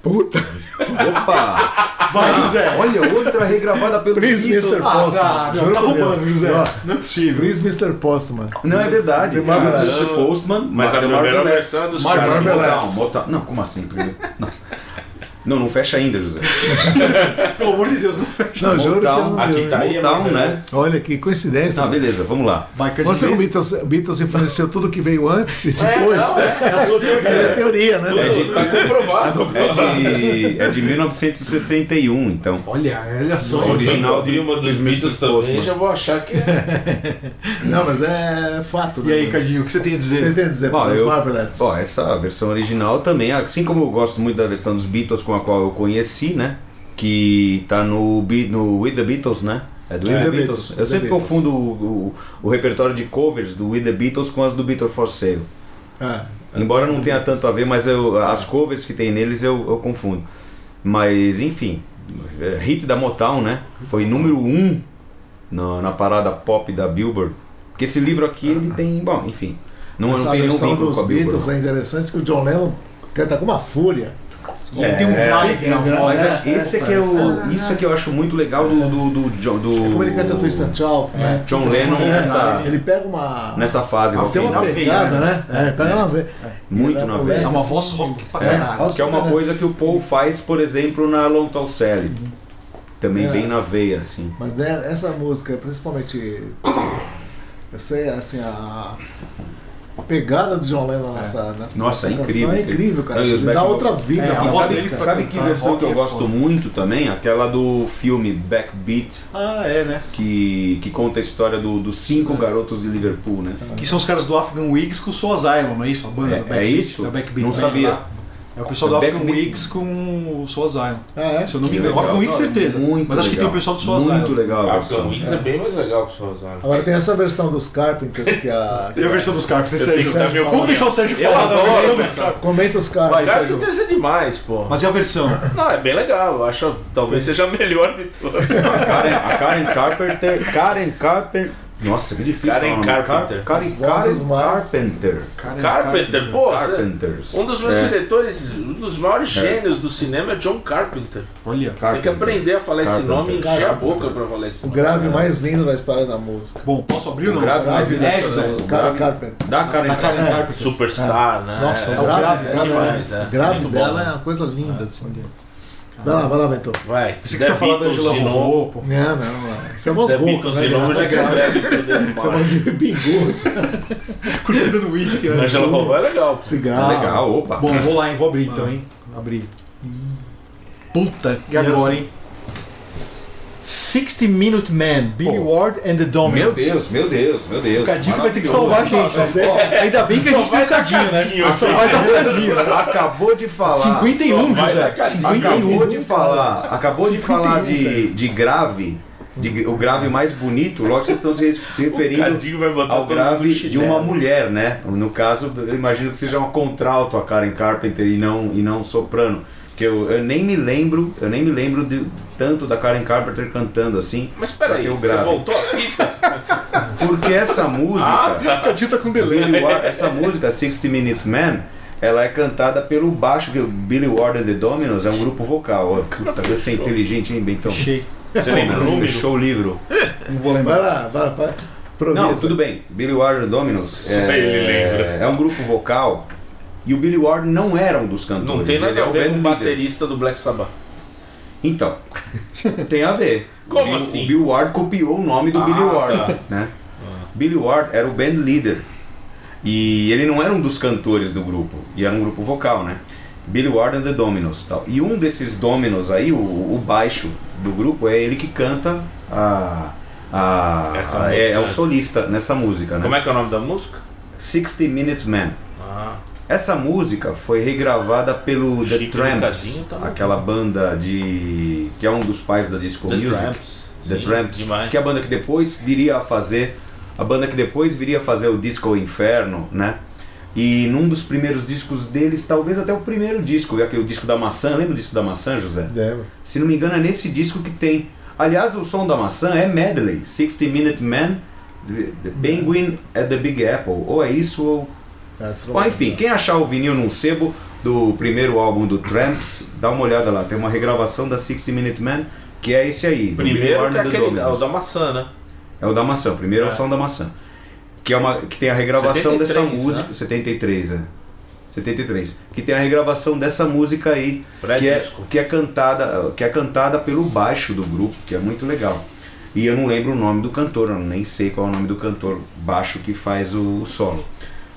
Speaker 3: Puta.
Speaker 1: Opa!
Speaker 3: Vai, José.
Speaker 1: Olha, outra regravada pelo
Speaker 3: Please,
Speaker 1: Beatles.
Speaker 3: Mr.
Speaker 4: Ah,
Speaker 3: Postman.
Speaker 4: não, não,
Speaker 3: Juro
Speaker 4: tá
Speaker 3: por Deus.
Speaker 4: roubando, José.
Speaker 3: Ó,
Speaker 4: Não é possível.
Speaker 3: Please, Mr. Postman.
Speaker 1: Não, é verdade.
Speaker 3: Marvel
Speaker 1: Cara,
Speaker 3: vs.
Speaker 1: Mr. Postman.
Speaker 2: Mas a
Speaker 1: Marvel
Speaker 2: primeira
Speaker 1: vs.
Speaker 2: versão é dos
Speaker 1: Marvel
Speaker 2: caras.
Speaker 1: vs.
Speaker 2: Não,
Speaker 1: Não, bota- não, como assim? primeiro? Não. não, não fecha ainda, José.
Speaker 4: Pelo amor de Deus, não fecha.
Speaker 3: Não, juro que eu
Speaker 1: Motown,
Speaker 3: não-
Speaker 2: Aqui tá aí, é
Speaker 1: Motown, né?
Speaker 2: Marvel.
Speaker 3: Olha que coincidência.
Speaker 1: Tá, beleza, vamos lá.
Speaker 4: Marcante
Speaker 3: Você é o
Speaker 4: vez.
Speaker 3: Beatles, Beatles influenciou tudo que veio antes e depois.
Speaker 2: não,
Speaker 3: né?
Speaker 4: É a sua teoria.
Speaker 3: É a teoria, né?
Speaker 1: É de,
Speaker 2: Tá comprovado.
Speaker 1: é de, é de 1961, então.
Speaker 4: Olha, olha
Speaker 2: Se
Speaker 4: só.
Speaker 2: eu
Speaker 1: Sim.
Speaker 2: descobrir uma dos Beatles também, já vou achar *laughs* que é.
Speaker 3: Não, mas é fato.
Speaker 4: E aí,
Speaker 3: cara?
Speaker 4: Cadinho, o que você tem a
Speaker 3: Você
Speaker 4: dizer?
Speaker 3: tem a dizer
Speaker 1: Bom,
Speaker 3: das
Speaker 1: eu-
Speaker 3: Marvelettes?
Speaker 1: Ó, essa versão original também, assim como eu gosto muito da versão dos Beatles com a qual eu conheci, né? Que tá no, Be- no With the Beatles, né? É do
Speaker 3: É,
Speaker 1: With
Speaker 3: The
Speaker 1: the Beatles.
Speaker 3: Beatles,
Speaker 1: Eu
Speaker 3: The
Speaker 1: sempre
Speaker 3: Beatles.
Speaker 1: confundo o, o- o repertório de covers do With the Beatles com as do Beatles for Sale.
Speaker 3: Ah,
Speaker 1: Embora não tenha tanto a ver, mas eu- as covers que tem neles eu, eu confundo. Mas, enfim, é, hit da Motown, né? Foi número um na, na parada pop da Billboard. Porque esse livro aqui, ele tem. Bom, enfim. Não, não
Speaker 3: essa
Speaker 1: tem nenhum
Speaker 3: versão
Speaker 1: vínculo com a
Speaker 3: dos
Speaker 1: Billboard.
Speaker 3: Beatles é interessante que o John Lennon canta com uma fúria.
Speaker 4: Ele tem um drive na
Speaker 3: é,
Speaker 4: voz.
Speaker 1: Mas
Speaker 4: né?
Speaker 1: é, esse é que é o, isso é que eu acho muito legal do do do, do, do
Speaker 3: É Como ele canta Twist and Shout, né?
Speaker 1: John Lennon
Speaker 3: É,
Speaker 1: nessa né,
Speaker 3: Ele pega uma.
Speaker 1: nessa fase
Speaker 4: Ah,
Speaker 1: ao
Speaker 3: Tem
Speaker 4: tem
Speaker 1: final,
Speaker 3: uma
Speaker 4: na veia,
Speaker 3: pegada, né? É, pega na veia.
Speaker 1: muito na
Speaker 3: É,
Speaker 1: vez.
Speaker 4: É uma voz rock pra caralho.
Speaker 1: Que é uma
Speaker 3: né?
Speaker 1: coisa que o Paul faz, por exemplo, na Long Tall Sally. Também
Speaker 3: É.
Speaker 1: bem na veia, assim.
Speaker 3: Mas né, essa música, principalmente. Eu sei, assim, a. a pegada do John Lennon nessa, nessa
Speaker 1: Nossa, é
Speaker 3: nessa
Speaker 1: incrível,
Speaker 3: canção é
Speaker 1: incrível.
Speaker 3: incrível, cara.
Speaker 1: Não, e os
Speaker 3: Ele
Speaker 1: Back
Speaker 3: dá
Speaker 1: Vocals-
Speaker 3: outra vida
Speaker 4: É,
Speaker 3: pra
Speaker 4: a
Speaker 1: E
Speaker 3: música,
Speaker 4: voz
Speaker 1: sabe,
Speaker 4: dele
Speaker 3: cara.
Speaker 1: sabe que
Speaker 4: cantar
Speaker 1: versão
Speaker 4: rock
Speaker 1: que eu
Speaker 4: é
Speaker 1: gosto
Speaker 4: foda.
Speaker 1: muito também? Aquela do filme Backbeat,
Speaker 4: Ah, é, né?
Speaker 1: que, que conta a história do- dos cinco garotos de Liverpool, né?
Speaker 4: Que são os caras do Afghan Wigs com o Soul Asylum, não é isso? A banda
Speaker 1: É-
Speaker 4: do
Speaker 1: é
Speaker 4: Backbeat,
Speaker 1: isso?
Speaker 4: Da Backbeat,
Speaker 1: Não
Speaker 4: né?
Speaker 1: sabia.
Speaker 4: É o pessoal do
Speaker 1: Back-
Speaker 4: Afghan Wigs com o Soul Asylum.
Speaker 3: Ah, é?
Speaker 4: Se eu não me
Speaker 1: Que
Speaker 4: engano. O
Speaker 1: legal.
Speaker 4: Afghan Wigs, certeza.
Speaker 1: Muito
Speaker 4: Mas acho que tem
Speaker 1: legal.
Speaker 4: o pessoal do né? Soul
Speaker 1: Muito
Speaker 4: Asylum.
Speaker 1: legal a
Speaker 2: Afghan
Speaker 1: versão.
Speaker 2: Wings é bem mais legal que o Sozano.
Speaker 3: Agora tem essa versão dos Carpenters que é a.
Speaker 4: E a versão dos Carpenters,
Speaker 2: Eu tenho
Speaker 4: Sérgio?
Speaker 2: que dar meu
Speaker 4: Vamos
Speaker 2: opinião.
Speaker 4: deixar o Sérgio
Speaker 2: Eu
Speaker 4: falar da
Speaker 2: adoro
Speaker 4: versão
Speaker 2: essa
Speaker 4: dos
Speaker 2: versão.
Speaker 4: Carpenters.
Speaker 3: Comenta os caras, Sérgio.
Speaker 2: Carpenters é demais, pô.
Speaker 4: Mas e a versão?
Speaker 2: Não, é bem legal. Eu acho talvez seja a melhor de todas.
Speaker 1: A Karen, a Karen Carpenter. Karen Carpenter. Nossa, que difícil.
Speaker 2: Karen
Speaker 1: falar o nome.
Speaker 2: Carpenter.
Speaker 1: Car-
Speaker 3: As
Speaker 1: Karen,
Speaker 3: vozes
Speaker 1: Karen
Speaker 3: mais-
Speaker 1: Carpenter.
Speaker 2: é Carpenter, pô.
Speaker 1: Carpenters.
Speaker 2: Um dos meus
Speaker 1: É.
Speaker 2: diretores, um dos maiores gênios do cinema é John Carpenter.
Speaker 4: Olha.
Speaker 2: Tem que
Speaker 1: Carpenter.
Speaker 2: aprender a falar esse
Speaker 1: Carpenter.
Speaker 2: nome e encher a
Speaker 1: Carpenter.
Speaker 2: boca pra falar esse
Speaker 3: O
Speaker 2: nome.
Speaker 3: grave mais lindo da história da música.
Speaker 4: Bom, posso abrir ou não?
Speaker 1: grave mais
Speaker 4: Grave, né, José?
Speaker 1: O
Speaker 3: Cara,
Speaker 1: grave-
Speaker 3: Carpenter.
Speaker 1: Da Karen
Speaker 4: Da Karen
Speaker 1: Carpenter.
Speaker 4: Carpenter.
Speaker 2: Superstar, né?
Speaker 3: Nossa,
Speaker 2: É,
Speaker 3: o grave, o
Speaker 4: grave,
Speaker 3: grave,
Speaker 2: demais,
Speaker 3: é.
Speaker 2: é.
Speaker 3: O grave
Speaker 2: Muito
Speaker 3: dela
Speaker 2: bom.
Speaker 3: é uma coisa linda. assim. Vai lá, vai lá, Bento.
Speaker 2: Vai,
Speaker 4: Você
Speaker 2: se
Speaker 4: que você
Speaker 2: der
Speaker 4: falar da
Speaker 2: Beatles
Speaker 4: Angela
Speaker 2: de novo.
Speaker 4: Rombo, pô.
Speaker 3: Não, não, não. Isso é voz
Speaker 2: Der
Speaker 3: rouca,
Speaker 2: Beatles
Speaker 3: né?
Speaker 2: de novo já
Speaker 3: Tá grave.
Speaker 2: descreve tudo
Speaker 3: Isso é voz
Speaker 2: demais.
Speaker 3: de bingos. *laughs*
Speaker 4: Curtindo no whisky, né?
Speaker 2: Angela Rombo é legal. pô.
Speaker 3: Um Cigarro.
Speaker 1: Legal, opa.
Speaker 4: Ah.
Speaker 1: *laughs*
Speaker 4: Bom, vou lá, hein? Vou abrir então, hein? Abrir. Puta, e agora, hein? 60 Minute Man, Billy
Speaker 1: Pô.
Speaker 4: Ward and the Dominos.
Speaker 1: Meu Deus, meu Deus, meu Deus.
Speaker 4: O Cadinho vai ter que salvar a
Speaker 1: Maravilhoso.
Speaker 4: gente. né? Ainda bem que a gente tem o Cadinho, né?
Speaker 2: Cadinho,
Speaker 4: A só vai dar Brasil. né?
Speaker 1: Acabou de falar. Só
Speaker 4: 51,
Speaker 1: vai
Speaker 4: José.
Speaker 1: dar cara-
Speaker 4: 51.
Speaker 1: Acabou de falar. Acabou de
Speaker 4: 51,
Speaker 1: falar de,
Speaker 4: José.
Speaker 1: de grave. de- o grave mais bonito, logo vocês estão se
Speaker 2: O
Speaker 1: referindo
Speaker 2: Cadinho vai botar
Speaker 1: ao
Speaker 2: todo mundo no
Speaker 1: grave de
Speaker 2: chinelo.
Speaker 1: uma mulher, né? No caso, eu imagino que seja um contralto a Karen Carpenter e não e não soprano, que eu, eu nem me lembro, eu nem me lembro de, tanto da Karen Carpenter cantando assim.
Speaker 2: Mas peraí,
Speaker 1: Bateu
Speaker 2: você
Speaker 1: grave.
Speaker 2: voltou aqui?
Speaker 1: *laughs* Porque
Speaker 2: *laughs* Ah,
Speaker 1: essa música,
Speaker 4: O Cadinho tá com delay.
Speaker 1: Billy Ward- essa música 60 Minute Man, ela é cantada pelo baixo que o Billy Ward and the Dominos é um grupo vocal. Ó, puta, você é inteligente, hein, Bentão?
Speaker 4: Achei.
Speaker 2: Você lembra o número?
Speaker 1: Fechou o livro.
Speaker 4: Não vou
Speaker 3: Vai
Speaker 4: lembrar.
Speaker 3: lá, vai lá. vai. Improvisa.
Speaker 1: Não, tudo bem. Billy Ward and Dominos é,
Speaker 2: ele lembra.
Speaker 1: é um grupo vocal e o Billy Ward não era um dos cantores.
Speaker 2: Não tem
Speaker 1: ele
Speaker 2: nada
Speaker 1: é
Speaker 2: a
Speaker 1: o Uhum.
Speaker 2: ver com o
Speaker 1: band leader.
Speaker 2: baterista do Black Sabbath.
Speaker 1: Então, *laughs* tem a ver.
Speaker 2: Como
Speaker 1: o Bill,
Speaker 2: assim?
Speaker 1: O Bill Ward copiou o nome do
Speaker 2: Ah,
Speaker 1: Billy Ward,
Speaker 2: tá.
Speaker 1: né? Billy Ward era o band leader. E ele não era um dos cantores do grupo, e era um grupo vocal, né? Billy Ward and the Dominos, tal. E um desses Dominos aí, o, o baixo do grupo, é ele que canta a a,
Speaker 2: Essa
Speaker 1: a- é,
Speaker 2: música.
Speaker 1: é o solista nessa música, né?
Speaker 2: Como é que é o nome da música?
Speaker 1: 60 Minute Man.
Speaker 2: Ah,
Speaker 1: Essa música foi regravada pelo The
Speaker 2: Chico
Speaker 1: Tramps,
Speaker 2: Cadinho tá louco.
Speaker 1: aquela banda de que é um dos pais da disco
Speaker 2: The
Speaker 1: music,
Speaker 2: Tramps.
Speaker 1: The
Speaker 2: Sim,
Speaker 1: Tramps,
Speaker 2: Demais.
Speaker 1: que é a banda que depois viria a fazer a banda que depois viria a fazer o disco Inferno, né? E num dos primeiros discos deles, talvez até o primeiro disco, é aquele disco da maçã, lembra o disco da maçã, José?
Speaker 3: Deve.
Speaker 1: Se não me engano, é nesse disco que tem. Aliás, o som da maçã é medley, 60 Minute Man, The The Penguin at the Big Apple, ou é isso ou
Speaker 3: Mas,
Speaker 1: Bom, enfim, quem achar o vinil num sebo, do primeiro álbum do Tramps, dá uma olhada lá, tem uma regravação da 60 Minute Man, que é esse aí, do Billy
Speaker 2: Primeiro que é
Speaker 1: Warner do
Speaker 2: aquele, é o
Speaker 1: Dominus.
Speaker 2: da maçã, né?
Speaker 1: É o da maçã, o primeiro é o
Speaker 2: É.
Speaker 1: som da maçã. Que, é uma, que tem a regravação
Speaker 2: 73,
Speaker 1: dessa
Speaker 2: né?
Speaker 1: música. 73, é. 73. Que tem a regravação dessa música aí, que é,
Speaker 2: Pré-disco.
Speaker 1: que, é cantada, que é cantada pelo baixo do grupo, que é muito legal. E eu não lembro o nome do cantor, eu nem sei qual é o nome do cantor baixo que faz o, o solo.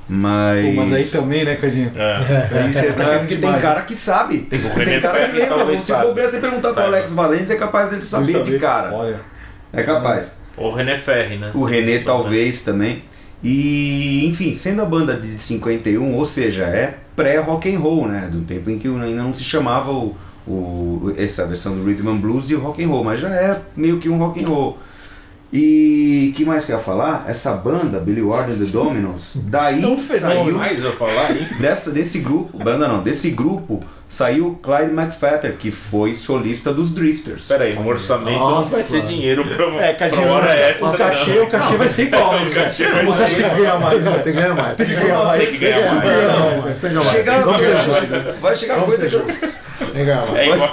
Speaker 1: Mas.
Speaker 4: Pô, mas aí também, né, Cadinho?
Speaker 2: É.
Speaker 1: Aí você tá
Speaker 4: É
Speaker 1: porque tem
Speaker 4: demais.
Speaker 1: cara que sabe. Tem, tem
Speaker 2: René
Speaker 1: cara que
Speaker 2: Franklin
Speaker 1: lembra.
Speaker 2: talvez
Speaker 1: Se
Speaker 2: saiba.
Speaker 1: bobear, você perguntar pro
Speaker 2: Saiba.
Speaker 1: Alex Valente, é capaz dele
Speaker 4: Sem
Speaker 1: saber, de cara.
Speaker 4: Olha.
Speaker 1: É capaz.
Speaker 2: O René Ferri, né?
Speaker 1: O René
Speaker 2: Só,
Speaker 1: talvez também. E, enfim, sendo a banda de 51, ou seja, é pré-rock and roll, né? Do tempo em que ainda não se chamava o, o- essa versão do Rhythm and Blues de rock and roll, mas já é meio que um rock and roll. E que mais que eu ia falar? Essa banda, Billy Warden The Dominos, daí
Speaker 4: É um fenômeno,
Speaker 2: Né?
Speaker 1: saiu
Speaker 2: Mais eu falar, hein?
Speaker 1: dessa, desse grupo, banda não, desse grupo saiu Clyde McFatter, que foi solista dos Drifters.
Speaker 2: Espera aí, um orçamento
Speaker 4: Nossa.
Speaker 2: não vai ter dinheiro pra,
Speaker 4: É, Cadinho,
Speaker 2: pra hora né?
Speaker 4: o
Speaker 2: extra.
Speaker 4: cachê,
Speaker 2: não.
Speaker 4: o cachê vai ser igual, né, Zé?
Speaker 2: cachê vai
Speaker 4: Você
Speaker 3: Você
Speaker 4: acha que
Speaker 3: tem que ganhar mais, né? tem que ganhar mais. Tem que ganhar
Speaker 2: Nossa,
Speaker 3: mais.
Speaker 2: tem que ganhar
Speaker 3: Tem que
Speaker 2: mais.
Speaker 3: ganhar mais, né? Tem que ganhar mais.
Speaker 1: Chegar-
Speaker 3: Vamos ser justos. né?
Speaker 1: Vai chegar
Speaker 3: Vamos
Speaker 1: coisa
Speaker 3: ser
Speaker 1: que eu-
Speaker 3: justos. Tem que ganhar mais.
Speaker 2: É igual,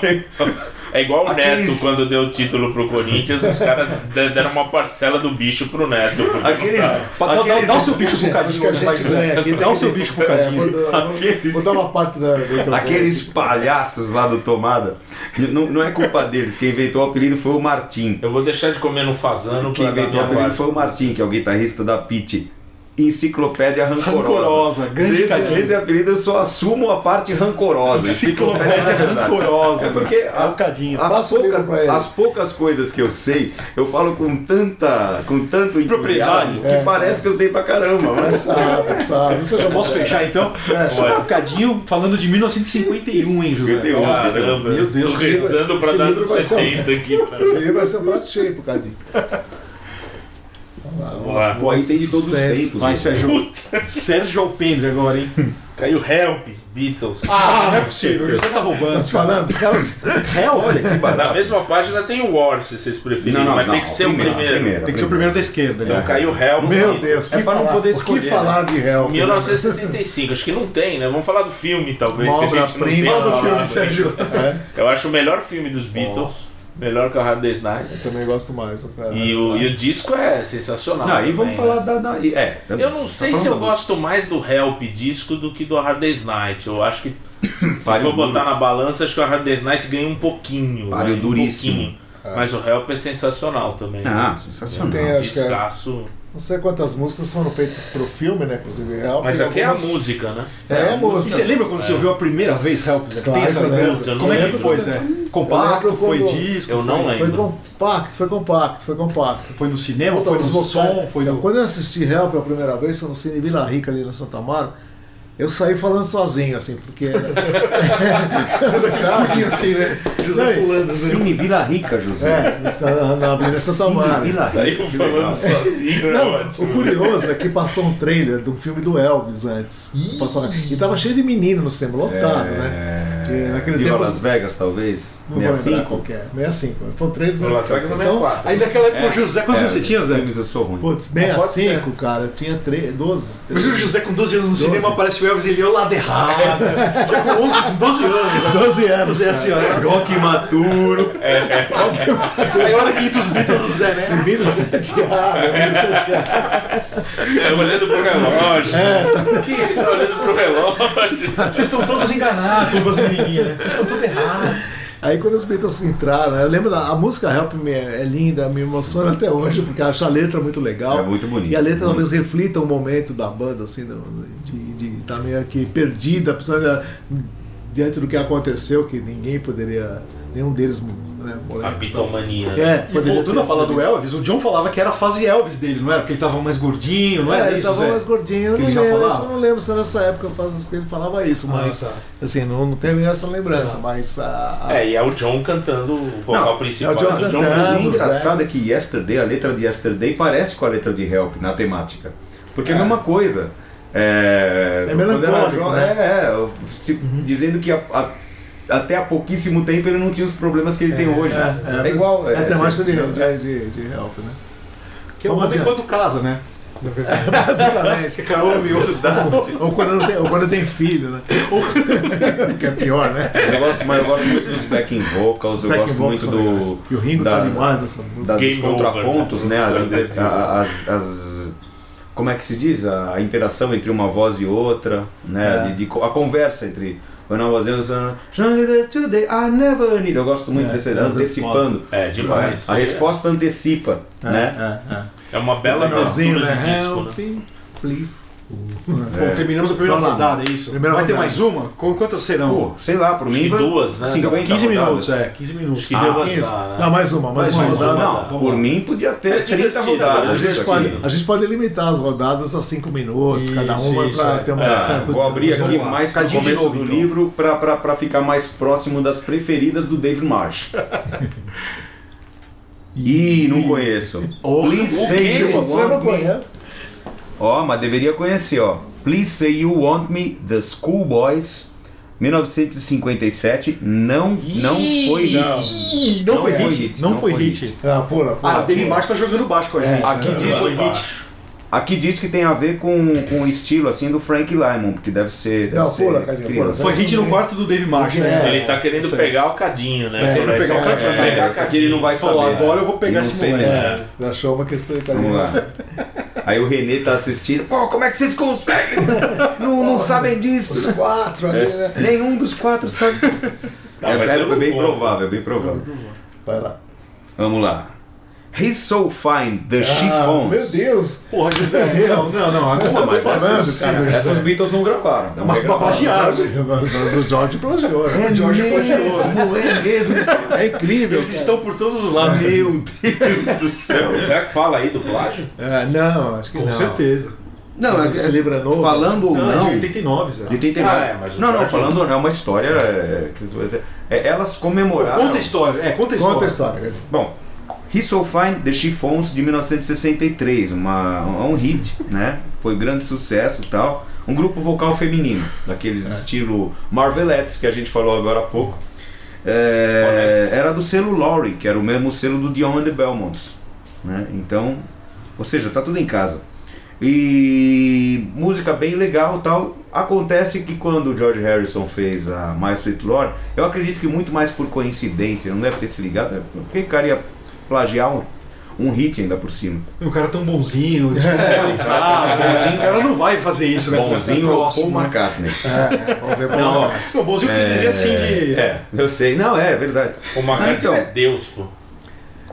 Speaker 2: *laughs* é igual o
Speaker 1: Aqueles-
Speaker 2: Neto quando deu o título pro Corinthians, os caras de- deram uma parcela do bicho pro Neto.
Speaker 1: Aqueles,
Speaker 4: Dá, um dá- dá o seu bicho pro
Speaker 3: Acho que
Speaker 4: Cadinho,
Speaker 3: a
Speaker 4: né, vai,
Speaker 3: gente ganha aqui.
Speaker 4: Zé? Dá o seu bicho pro
Speaker 3: É,
Speaker 4: Cadinho.
Speaker 3: vou, vou- vou dar uma parte da. do-
Speaker 1: Aqueles palhaços lá do Tomada, não, não é culpa deles, quem inventou o apelido foi o Martim.
Speaker 2: Eu vou deixar de comer no fazano
Speaker 1: Quem
Speaker 2: pra dar
Speaker 1: inventou o
Speaker 2: minha
Speaker 1: apelido
Speaker 2: parte.
Speaker 1: foi o Martim, que é o guitarrista da Pit. Enciclopédia Rancorosa. é-
Speaker 4: Rancorosa, grande
Speaker 1: Desse,
Speaker 4: Cadinho.
Speaker 1: desse apelido eu só assumo a parte rancorosa. é
Speaker 4: Enciclopédia
Speaker 1: verdade.
Speaker 4: rancorosa.
Speaker 1: É porque a-
Speaker 4: o Cadinho.
Speaker 1: as,
Speaker 3: Passa o livro
Speaker 1: pouca-
Speaker 3: pra ele.
Speaker 1: as poucas coisas que eu sei, eu falo com tanta. com tanto
Speaker 4: Propriedade.
Speaker 1: entusiasmo que
Speaker 3: É.
Speaker 1: parece que eu sei pra caramba, mas.
Speaker 3: Sabe, sabe. Você já
Speaker 4: Eu posso fechar então?
Speaker 2: Pode.
Speaker 4: Um bocadinho falando de 1951, hein, José?
Speaker 1: 51.
Speaker 2: Caramba,
Speaker 4: Meu Deus,
Speaker 2: tô
Speaker 4: esse livro-
Speaker 2: rezando pra
Speaker 3: esse
Speaker 2: dar
Speaker 3: livro vai ser um-
Speaker 2: 70 aqui. cara.
Speaker 3: Esse aí vai ser um prato cheio pro Cadinho.
Speaker 2: Vamos lá.
Speaker 1: Pô, aí tem de todos os
Speaker 3: Suspense.
Speaker 1: tempos.
Speaker 4: Vai,
Speaker 1: né?
Speaker 2: é-
Speaker 4: Sérgio. Sérgio Alpendre agora, hein?
Speaker 2: Caiu Help, Beatles.
Speaker 4: Ah, não é possível, você tá
Speaker 3: Tô *laughs*
Speaker 4: roubando.
Speaker 3: te falando, os caras.
Speaker 1: Olha que
Speaker 2: Na
Speaker 1: barato.
Speaker 2: mesma página tem o War, se vocês preferirem, mas tem que ser o primeiro.
Speaker 4: Tem que ser o primeiro da esquerda.
Speaker 2: Então
Speaker 4: né?
Speaker 2: caiu Help,
Speaker 3: Meu
Speaker 2: Beatles.
Speaker 3: Deus, que
Speaker 1: pra não
Speaker 3: falar-
Speaker 1: poder
Speaker 3: O
Speaker 1: escolher,
Speaker 3: que falar de réu?
Speaker 2: 1965, acho que não tem, né? Vamos falar do filme, talvez,
Speaker 3: Uma
Speaker 2: que a gente não tem.
Speaker 3: obra-prima.
Speaker 4: Fala do
Speaker 2: falado
Speaker 4: filme,
Speaker 2: ainda.
Speaker 4: Sérgio.
Speaker 3: É,
Speaker 2: Eu acho o melhor filme dos Beatles, melhor que o Hard Day's Night.
Speaker 3: Eu também gosto mais. né, cara?
Speaker 2: E o, e o disco é sensacional.
Speaker 1: Não, e
Speaker 2: também,
Speaker 1: vamos
Speaker 2: né?
Speaker 1: falar da. da- é,
Speaker 2: Eu não sei se eu gosto mais do Help disco do que do A Hard Day's Night. Eu acho que se
Speaker 1: Pare
Speaker 2: for
Speaker 1: o duro.
Speaker 2: botar na balança, acho que o A Hard Day's Night ganha um pouquinho.
Speaker 1: Pare o
Speaker 2: um
Speaker 1: duríssimo.
Speaker 2: pouquinho. Mas o Help é sensacional também.
Speaker 1: Ah,
Speaker 2: né?
Speaker 1: sensacional.
Speaker 3: Tem a- Acho que é.
Speaker 2: Descasso.
Speaker 3: Não sei quantas músicas foram feitas pro filme, né? Inclusive, real.
Speaker 2: Mas
Speaker 3: tem
Speaker 2: aqui é a
Speaker 3: algumas-
Speaker 2: música, né?
Speaker 3: É a
Speaker 4: E você
Speaker 3: música.
Speaker 4: lembra quando você ouviu a primeira vez Help? Zé?
Speaker 3: Claro,
Speaker 4: Tem essa
Speaker 3: né?
Speaker 4: lembrança?
Speaker 2: Eu não
Speaker 4: Como é que
Speaker 2: lembro.
Speaker 4: foi, Zé? Compacto,
Speaker 3: lembro
Speaker 4: foi
Speaker 3: quando-
Speaker 4: disco?
Speaker 2: Eu não
Speaker 4: foi-
Speaker 3: Foi
Speaker 2: lembro.
Speaker 3: compacto, foi compacto, foi compacto.
Speaker 4: Foi no cinema,
Speaker 3: Então,
Speaker 4: foi no
Speaker 3: os vocais-
Speaker 4: som, foi
Speaker 3: Então,
Speaker 4: no...
Speaker 3: Quando eu assisti Real pela primeira vez, foi no Cine Vila Rica ali no Santa Amaro, eu saí falando sozinho, assim, porque.
Speaker 4: *laughs*
Speaker 3: era-
Speaker 4: Escudinho assim, né? José
Speaker 3: Não,
Speaker 4: pulando. assim.
Speaker 1: Cine Vila Rica, José.
Speaker 3: é, na, na Avenida Santa
Speaker 1: Cine
Speaker 3: Amaro.
Speaker 1: Vila Rica.
Speaker 2: Saiu
Speaker 1: que
Speaker 2: falando
Speaker 1: legal.
Speaker 2: sozinho, é
Speaker 3: Não,
Speaker 2: ótimo.
Speaker 3: o curioso é que passou um trailer de um filme do Elvis antes. Passou- e tava cheio de menino no cinema, lotado,
Speaker 4: É,
Speaker 3: né? Porque naquele
Speaker 1: É. Viva
Speaker 3: tempo.
Speaker 1: Las Vegas, talvez?
Speaker 3: não vou lembrar qual
Speaker 1: 65?
Speaker 3: que é. 65. Foi um trailer do Então,
Speaker 2: Viva Las Vegas é 64.
Speaker 4: Aí naquela época o José,
Speaker 1: É.
Speaker 4: quantos anos você tinha, Zé?
Speaker 1: Eu sou ruim.
Speaker 3: Putz, 65, cara. Eu tinha tre- 12.
Speaker 4: Mas é o José com 12 anos no
Speaker 3: Doze.
Speaker 4: cinema aparece o Elvis ele olha lá errado. Já com 11, com 12 anos. né?
Speaker 3: 12 anos.
Speaker 4: Zé assim, olha.
Speaker 1: Rock imaturo.
Speaker 4: Aí olha que entra os Beatles do Zé, né?
Speaker 3: Menos 7 anos.
Speaker 2: É, olhando pro relógio. Que ele tá olhando pro relógio.
Speaker 4: *laughs* Vocês estão todos enganados, como as menininhas, né? Vocês estão tudo errados.
Speaker 3: Aí quando os Beatles entraram, eu lembro da a música Help Me é é linda, me emociona até hoje, porque eu acho a letra muito legal.
Speaker 1: É muito bonito.
Speaker 3: E a letra
Speaker 1: Muito.
Speaker 3: talvez reflita um momento da banda, assim, do- de estar tá meio que perdida, precisando, diante do que aconteceu, que ninguém poderia, nenhum deles. Né,
Speaker 2: A bitomania. né?
Speaker 3: É,
Speaker 4: E voltando a falar do Elvis, o John falava que era a fase Elvis dele, não era? Porque ele tava mais gordinho, não
Speaker 3: É,
Speaker 4: era
Speaker 3: ele
Speaker 4: isso,
Speaker 3: tava
Speaker 4: Zé?
Speaker 3: mais gordinho, eu
Speaker 4: Que
Speaker 3: não
Speaker 4: ele já
Speaker 3: lembro, eu
Speaker 4: falava?
Speaker 3: só não lembro se nessa época eu faço- ele falava isso, mas
Speaker 4: tá. Ah.
Speaker 3: assim, não, não tenho essa lembrança, mas a, a-
Speaker 2: É, e é o John cantando o vocal
Speaker 1: Não,
Speaker 2: principal.
Speaker 3: é o John
Speaker 2: né?
Speaker 3: cantando.
Speaker 1: O
Speaker 3: Ambos,
Speaker 1: engraçado é
Speaker 3: velhos.
Speaker 1: que Yesterday, a letra de Yesterday parece com a letra de Help na temática. Porque é a mesma coisa. É,
Speaker 3: É
Speaker 1: quando era
Speaker 3: melancólico, Uhum.
Speaker 1: jovem, é, é, se- dizendo que a- a- até há pouquíssimo tempo ele não tinha os problemas que ele tem hoje. né? É, igual.
Speaker 3: É a temática de,
Speaker 1: assim,
Speaker 3: de, de, de help, né?
Speaker 4: Que é o
Speaker 3: Vamos
Speaker 4: homem
Speaker 3: adiante.
Speaker 4: quando casa, né?
Speaker 3: *laughs* na verdade. Exatamente.
Speaker 4: um
Speaker 3: Carol miúdo. Ou quando, não tem, ou quando tem filho, né? Ou- *laughs* que é pior, né?
Speaker 1: Eu gosto, mas eu gosto muito dos backing vocals, eu
Speaker 3: Black
Speaker 1: gosto
Speaker 3: Box
Speaker 1: muito
Speaker 3: são legais.
Speaker 1: do.
Speaker 3: E o Ringo
Speaker 1: da-
Speaker 3: tá demais nessa música.
Speaker 1: da- dos
Speaker 2: Game over,
Speaker 1: contrapontos,
Speaker 2: né?
Speaker 1: né? As,
Speaker 2: Adesivo.
Speaker 1: a- as- as- como é que se diz? A, a interação entre uma voz e outra, né?
Speaker 3: É.
Speaker 1: De, de co- a conversa entre When I was young, Stronger today, I ah, never need. Eu gosto muito
Speaker 3: É,
Speaker 1: desse
Speaker 3: as
Speaker 1: antecipando.
Speaker 2: É, demais.
Speaker 1: A resposta antecipa,
Speaker 3: É,
Speaker 1: né?
Speaker 3: É, é.
Speaker 2: É uma bela
Speaker 3: Finalzinho,
Speaker 2: abertura
Speaker 3: né?
Speaker 2: de disco, né?
Speaker 3: Help, please. É.
Speaker 4: Bom, terminamos a primeira
Speaker 3: Vamos lá.
Speaker 4: rodada, é isso?
Speaker 3: Primeira
Speaker 4: Vai ter
Speaker 3: rodada.
Speaker 4: mais uma? Qu- Quantas serão?
Speaker 1: Pô, sei lá, pro
Speaker 2: É. Acho
Speaker 1: mim.
Speaker 2: que
Speaker 1: vai-
Speaker 2: duas, né?
Speaker 4: Sim,
Speaker 1: 50
Speaker 4: 15 minutos,
Speaker 1: rodadas.
Speaker 4: é, 15 minutos.
Speaker 2: Acho que deu
Speaker 3: Quinze.
Speaker 2: azar, né?
Speaker 3: Não, mais uma, mais,
Speaker 4: Mais
Speaker 3: uma
Speaker 4: uma,
Speaker 3: rodada.
Speaker 2: uma.
Speaker 1: Não, por mim podia ter 30
Speaker 2: É divertido, né?
Speaker 1: rodadas.
Speaker 3: A gente,
Speaker 1: isso
Speaker 3: pode,
Speaker 1: aqui.
Speaker 3: a gente pode limitar as rodadas a 5 minutos,
Speaker 4: Isso,
Speaker 3: cada uma,
Speaker 4: isso,
Speaker 3: pra
Speaker 4: é.
Speaker 3: ter uma
Speaker 1: Ah,
Speaker 3: certa.
Speaker 1: vou abrir
Speaker 3: vamos
Speaker 1: aqui
Speaker 3: lá.
Speaker 1: mais pro
Speaker 4: Cadinho de
Speaker 1: começo
Speaker 4: novo,
Speaker 1: do
Speaker 4: então.
Speaker 1: livro pra, pra, pra ficar mais próximo das preferidas do Dave
Speaker 3: *laughs*
Speaker 1: Marsh. Ih, não conheço.
Speaker 3: então.
Speaker 1: Please say
Speaker 3: Se
Speaker 1: you
Speaker 3: você não
Speaker 1: want me.
Speaker 3: conhece.
Speaker 1: Ó, mas deveria conhecer, ó. Please say you want me, The Schoolboys, 1957. Não, não foi hit.
Speaker 4: Ih, não, foi hit. Não, foi hit.
Speaker 3: é Ah, pura, pura.
Speaker 4: Ah, o David Marsh tá jogando baixo com a gente.
Speaker 1: Aqui
Speaker 4: né?
Speaker 1: diz-
Speaker 4: Não foi hit.
Speaker 1: Aqui diz que tem a ver com, com o estilo assim do Frank Lymon, porque deve ser. Deve
Speaker 3: Não,
Speaker 1: ser
Speaker 3: pula, Cadinho,
Speaker 1: criança.
Speaker 3: pula.
Speaker 4: Foi hit no quarto do David Marsh,
Speaker 3: É,
Speaker 4: né?
Speaker 2: Ele tá querendo
Speaker 4: isso aí.
Speaker 2: pegar o cadinho, né?
Speaker 4: querendo
Speaker 2: Vai
Speaker 4: pegar o
Speaker 2: só
Speaker 4: cadinho.
Speaker 2: pegar
Speaker 1: É, essa aqui ele não vai
Speaker 4: Falou,
Speaker 1: saber.
Speaker 4: agora eu vou pegar
Speaker 1: E não
Speaker 4: esse
Speaker 1: sei
Speaker 4: moleque.
Speaker 1: mesmo.
Speaker 3: É, achou uma questão italiana.
Speaker 1: Vamos lá. Aí o Renê tá assistindo. Pô, como é que vocês
Speaker 3: *laughs*
Speaker 1: conseguem? Não, não sabem
Speaker 3: Os
Speaker 1: disso.
Speaker 3: quatro ali,
Speaker 1: É.
Speaker 3: né?
Speaker 1: Nenhum dos quatro sabe.
Speaker 2: Ah,
Speaker 1: é,
Speaker 2: mas
Speaker 1: é
Speaker 2: eu não
Speaker 1: bem
Speaker 2: vou.
Speaker 1: provável, é bem provável.
Speaker 3: Vai lá.
Speaker 1: Vamos lá. He's so fine, the
Speaker 3: Ah,
Speaker 1: chiffons.
Speaker 3: meu Deus!
Speaker 4: Porra, José,
Speaker 3: Meu
Speaker 4: não,
Speaker 3: Deus.
Speaker 4: não, não. Agora
Speaker 3: Não,
Speaker 4: eu
Speaker 3: mas
Speaker 4: tô
Speaker 3: vai
Speaker 4: falando,
Speaker 3: ser
Speaker 4: cara.
Speaker 3: possível.
Speaker 1: Essas Beatles não gravaram. Não
Speaker 4: Uma- uma
Speaker 1: regravaram.
Speaker 4: plagiaram.
Speaker 3: Mas o George plagiou, né?
Speaker 1: É
Speaker 3: O George
Speaker 1: mesmo,
Speaker 3: plagiou.
Speaker 1: é mesmo.
Speaker 3: É incrível.
Speaker 4: Eles estão por todos os lados.
Speaker 1: Meu Deus do céu.
Speaker 2: Será que fala aí do
Speaker 3: *laughs*
Speaker 2: plágio?
Speaker 3: É, não, acho que
Speaker 4: Com
Speaker 3: não.
Speaker 4: certeza.
Speaker 1: Não, é,
Speaker 3: Esse livro é novo?
Speaker 1: falando ou
Speaker 4: Não, é de
Speaker 1: não,
Speaker 4: 89, Zé.
Speaker 1: De 89.
Speaker 2: Ah, é, mas o
Speaker 1: não, não,
Speaker 2: Jorge-
Speaker 1: falando, é uma história. é, que- é, elas comemoraram.
Speaker 4: Conta a história. É, conta a história.
Speaker 3: Conta a história.
Speaker 1: Bom, He's So Fine, The Chiffons, de 1963, uma, um hit, né? Foi grande sucesso e tal. Um grupo vocal feminino, daqueles estilo Marvelettes, que a gente falou agora há pouco. É,
Speaker 2: Correto.
Speaker 1: era do selo Lorry, que era o mesmo selo do Dion and the Belmonts. Né? Então, ou seja, tá tudo em casa. E música bem legal tal. Acontece que quando o George Harrison fez a My Sweet Lord, eu acredito que muito mais por coincidência, não deve ter se ligado, é porque o cara ia plagiar um, um hit ainda por cima.
Speaker 4: O Um cara tão
Speaker 1: *laughs*
Speaker 4: bonzinho, descontextualizado. o cara não vai fazer isso, né?
Speaker 1: É. Bonzinho ou
Speaker 4: É
Speaker 1: Paul
Speaker 4: próximo, né?
Speaker 1: McCartney.
Speaker 3: Não,
Speaker 1: Não,
Speaker 4: Não, bonzinho quis dizer assim de...
Speaker 1: né? é, eu sei, não, é verdade.
Speaker 2: O Macaco
Speaker 1: Ah, então.
Speaker 2: é Deus, pô.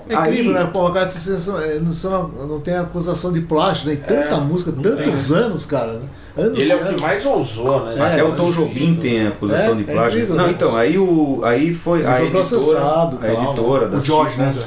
Speaker 3: É
Speaker 1: Aí-
Speaker 3: incrível, né? Pô, cara, vocês são- é, não, são- não tem acusação de plágio,
Speaker 1: É,
Speaker 3: né? E tanta música, tantos anos, cara. né? Anos
Speaker 2: Ele
Speaker 3: e
Speaker 2: é o que
Speaker 3: anos.
Speaker 2: mais ousou, né?
Speaker 1: Até
Speaker 3: É,
Speaker 1: o Tom
Speaker 2: mas-
Speaker 1: Jobim tem acusação
Speaker 3: É,
Speaker 1: de
Speaker 3: é
Speaker 1: plágio.
Speaker 3: incrível,
Speaker 1: não,
Speaker 3: né?
Speaker 1: então, aí, o, aí foi a
Speaker 3: foi processado,
Speaker 1: editora, a
Speaker 3: tal,
Speaker 1: editora da
Speaker 4: O George, né, Zé?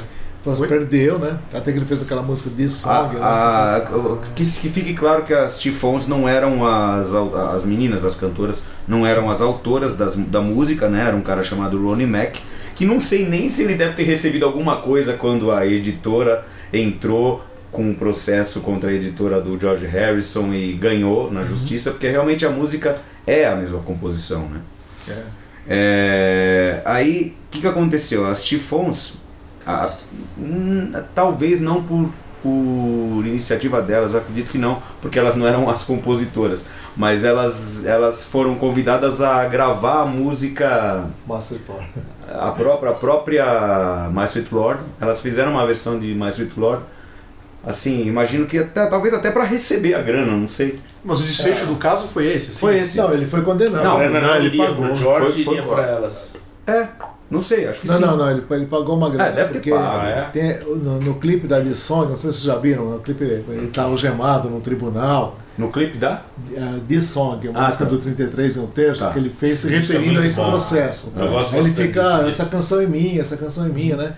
Speaker 3: Mas perdeu, né? Até que ele fez aquela música This Song. né?
Speaker 1: A- a- Ah, que, que fique claro que as Tifons não eram as, au- as meninas, as cantoras, não eram as autoras das- da música, né? Era um cara chamado Ronnie Mac, que não sei nem se ele deve ter recebido alguma coisa quando a editora entrou com um processo contra a editora do George Harrison e ganhou na justiça, porque realmente a música é a mesma composição, né? É, aí, o que, que aconteceu? As Tifons, a- hum, talvez não por, por iniciativa delas, eu acredito que não, porque elas não eram as compositoras, mas elas, elas foram convidadas a gravar a música,
Speaker 3: Master Plan.
Speaker 1: a própria, a própria My Sweet Lord. Elas fizeram uma versão de My Sweet Lord. Assim, imagino que até, talvez até para receber a grana, não sei.
Speaker 4: Mas o desfecho do caso foi esse, assim.
Speaker 1: Foi esse.
Speaker 3: Não, ele foi condenado.
Speaker 1: Não,
Speaker 2: Não,
Speaker 3: né?
Speaker 2: não, não,
Speaker 3: ele
Speaker 2: iria
Speaker 3: pagou.
Speaker 2: pro Jorge
Speaker 1: Foi- foi
Speaker 2: iria
Speaker 1: embora.
Speaker 2: pra elas.
Speaker 1: É, não sei, acho que
Speaker 3: Não,
Speaker 1: sim.
Speaker 3: não, não, ele, ele pagou uma grana.
Speaker 1: É, deve ter
Speaker 3: porque
Speaker 1: pago, é.
Speaker 3: tem- no, no clipe da The Song, não sei se vocês já viram, no clipe ele tá algemado no tribunal.
Speaker 1: No clipe da?
Speaker 3: uh, This Song, uma
Speaker 1: Ah,
Speaker 3: música
Speaker 1: tá.
Speaker 3: do 33 e um terço,
Speaker 1: Tá.
Speaker 3: que ele fez se
Speaker 2: Isso é
Speaker 3: referindo a
Speaker 2: muito
Speaker 3: esse
Speaker 2: bom.
Speaker 3: processo. né?
Speaker 2: Eu gosto
Speaker 3: Aí ele
Speaker 2: bastante
Speaker 3: fica,
Speaker 2: desse
Speaker 3: "Ah,
Speaker 2: disco."
Speaker 3: essa canção é minha, essa canção é minha, né?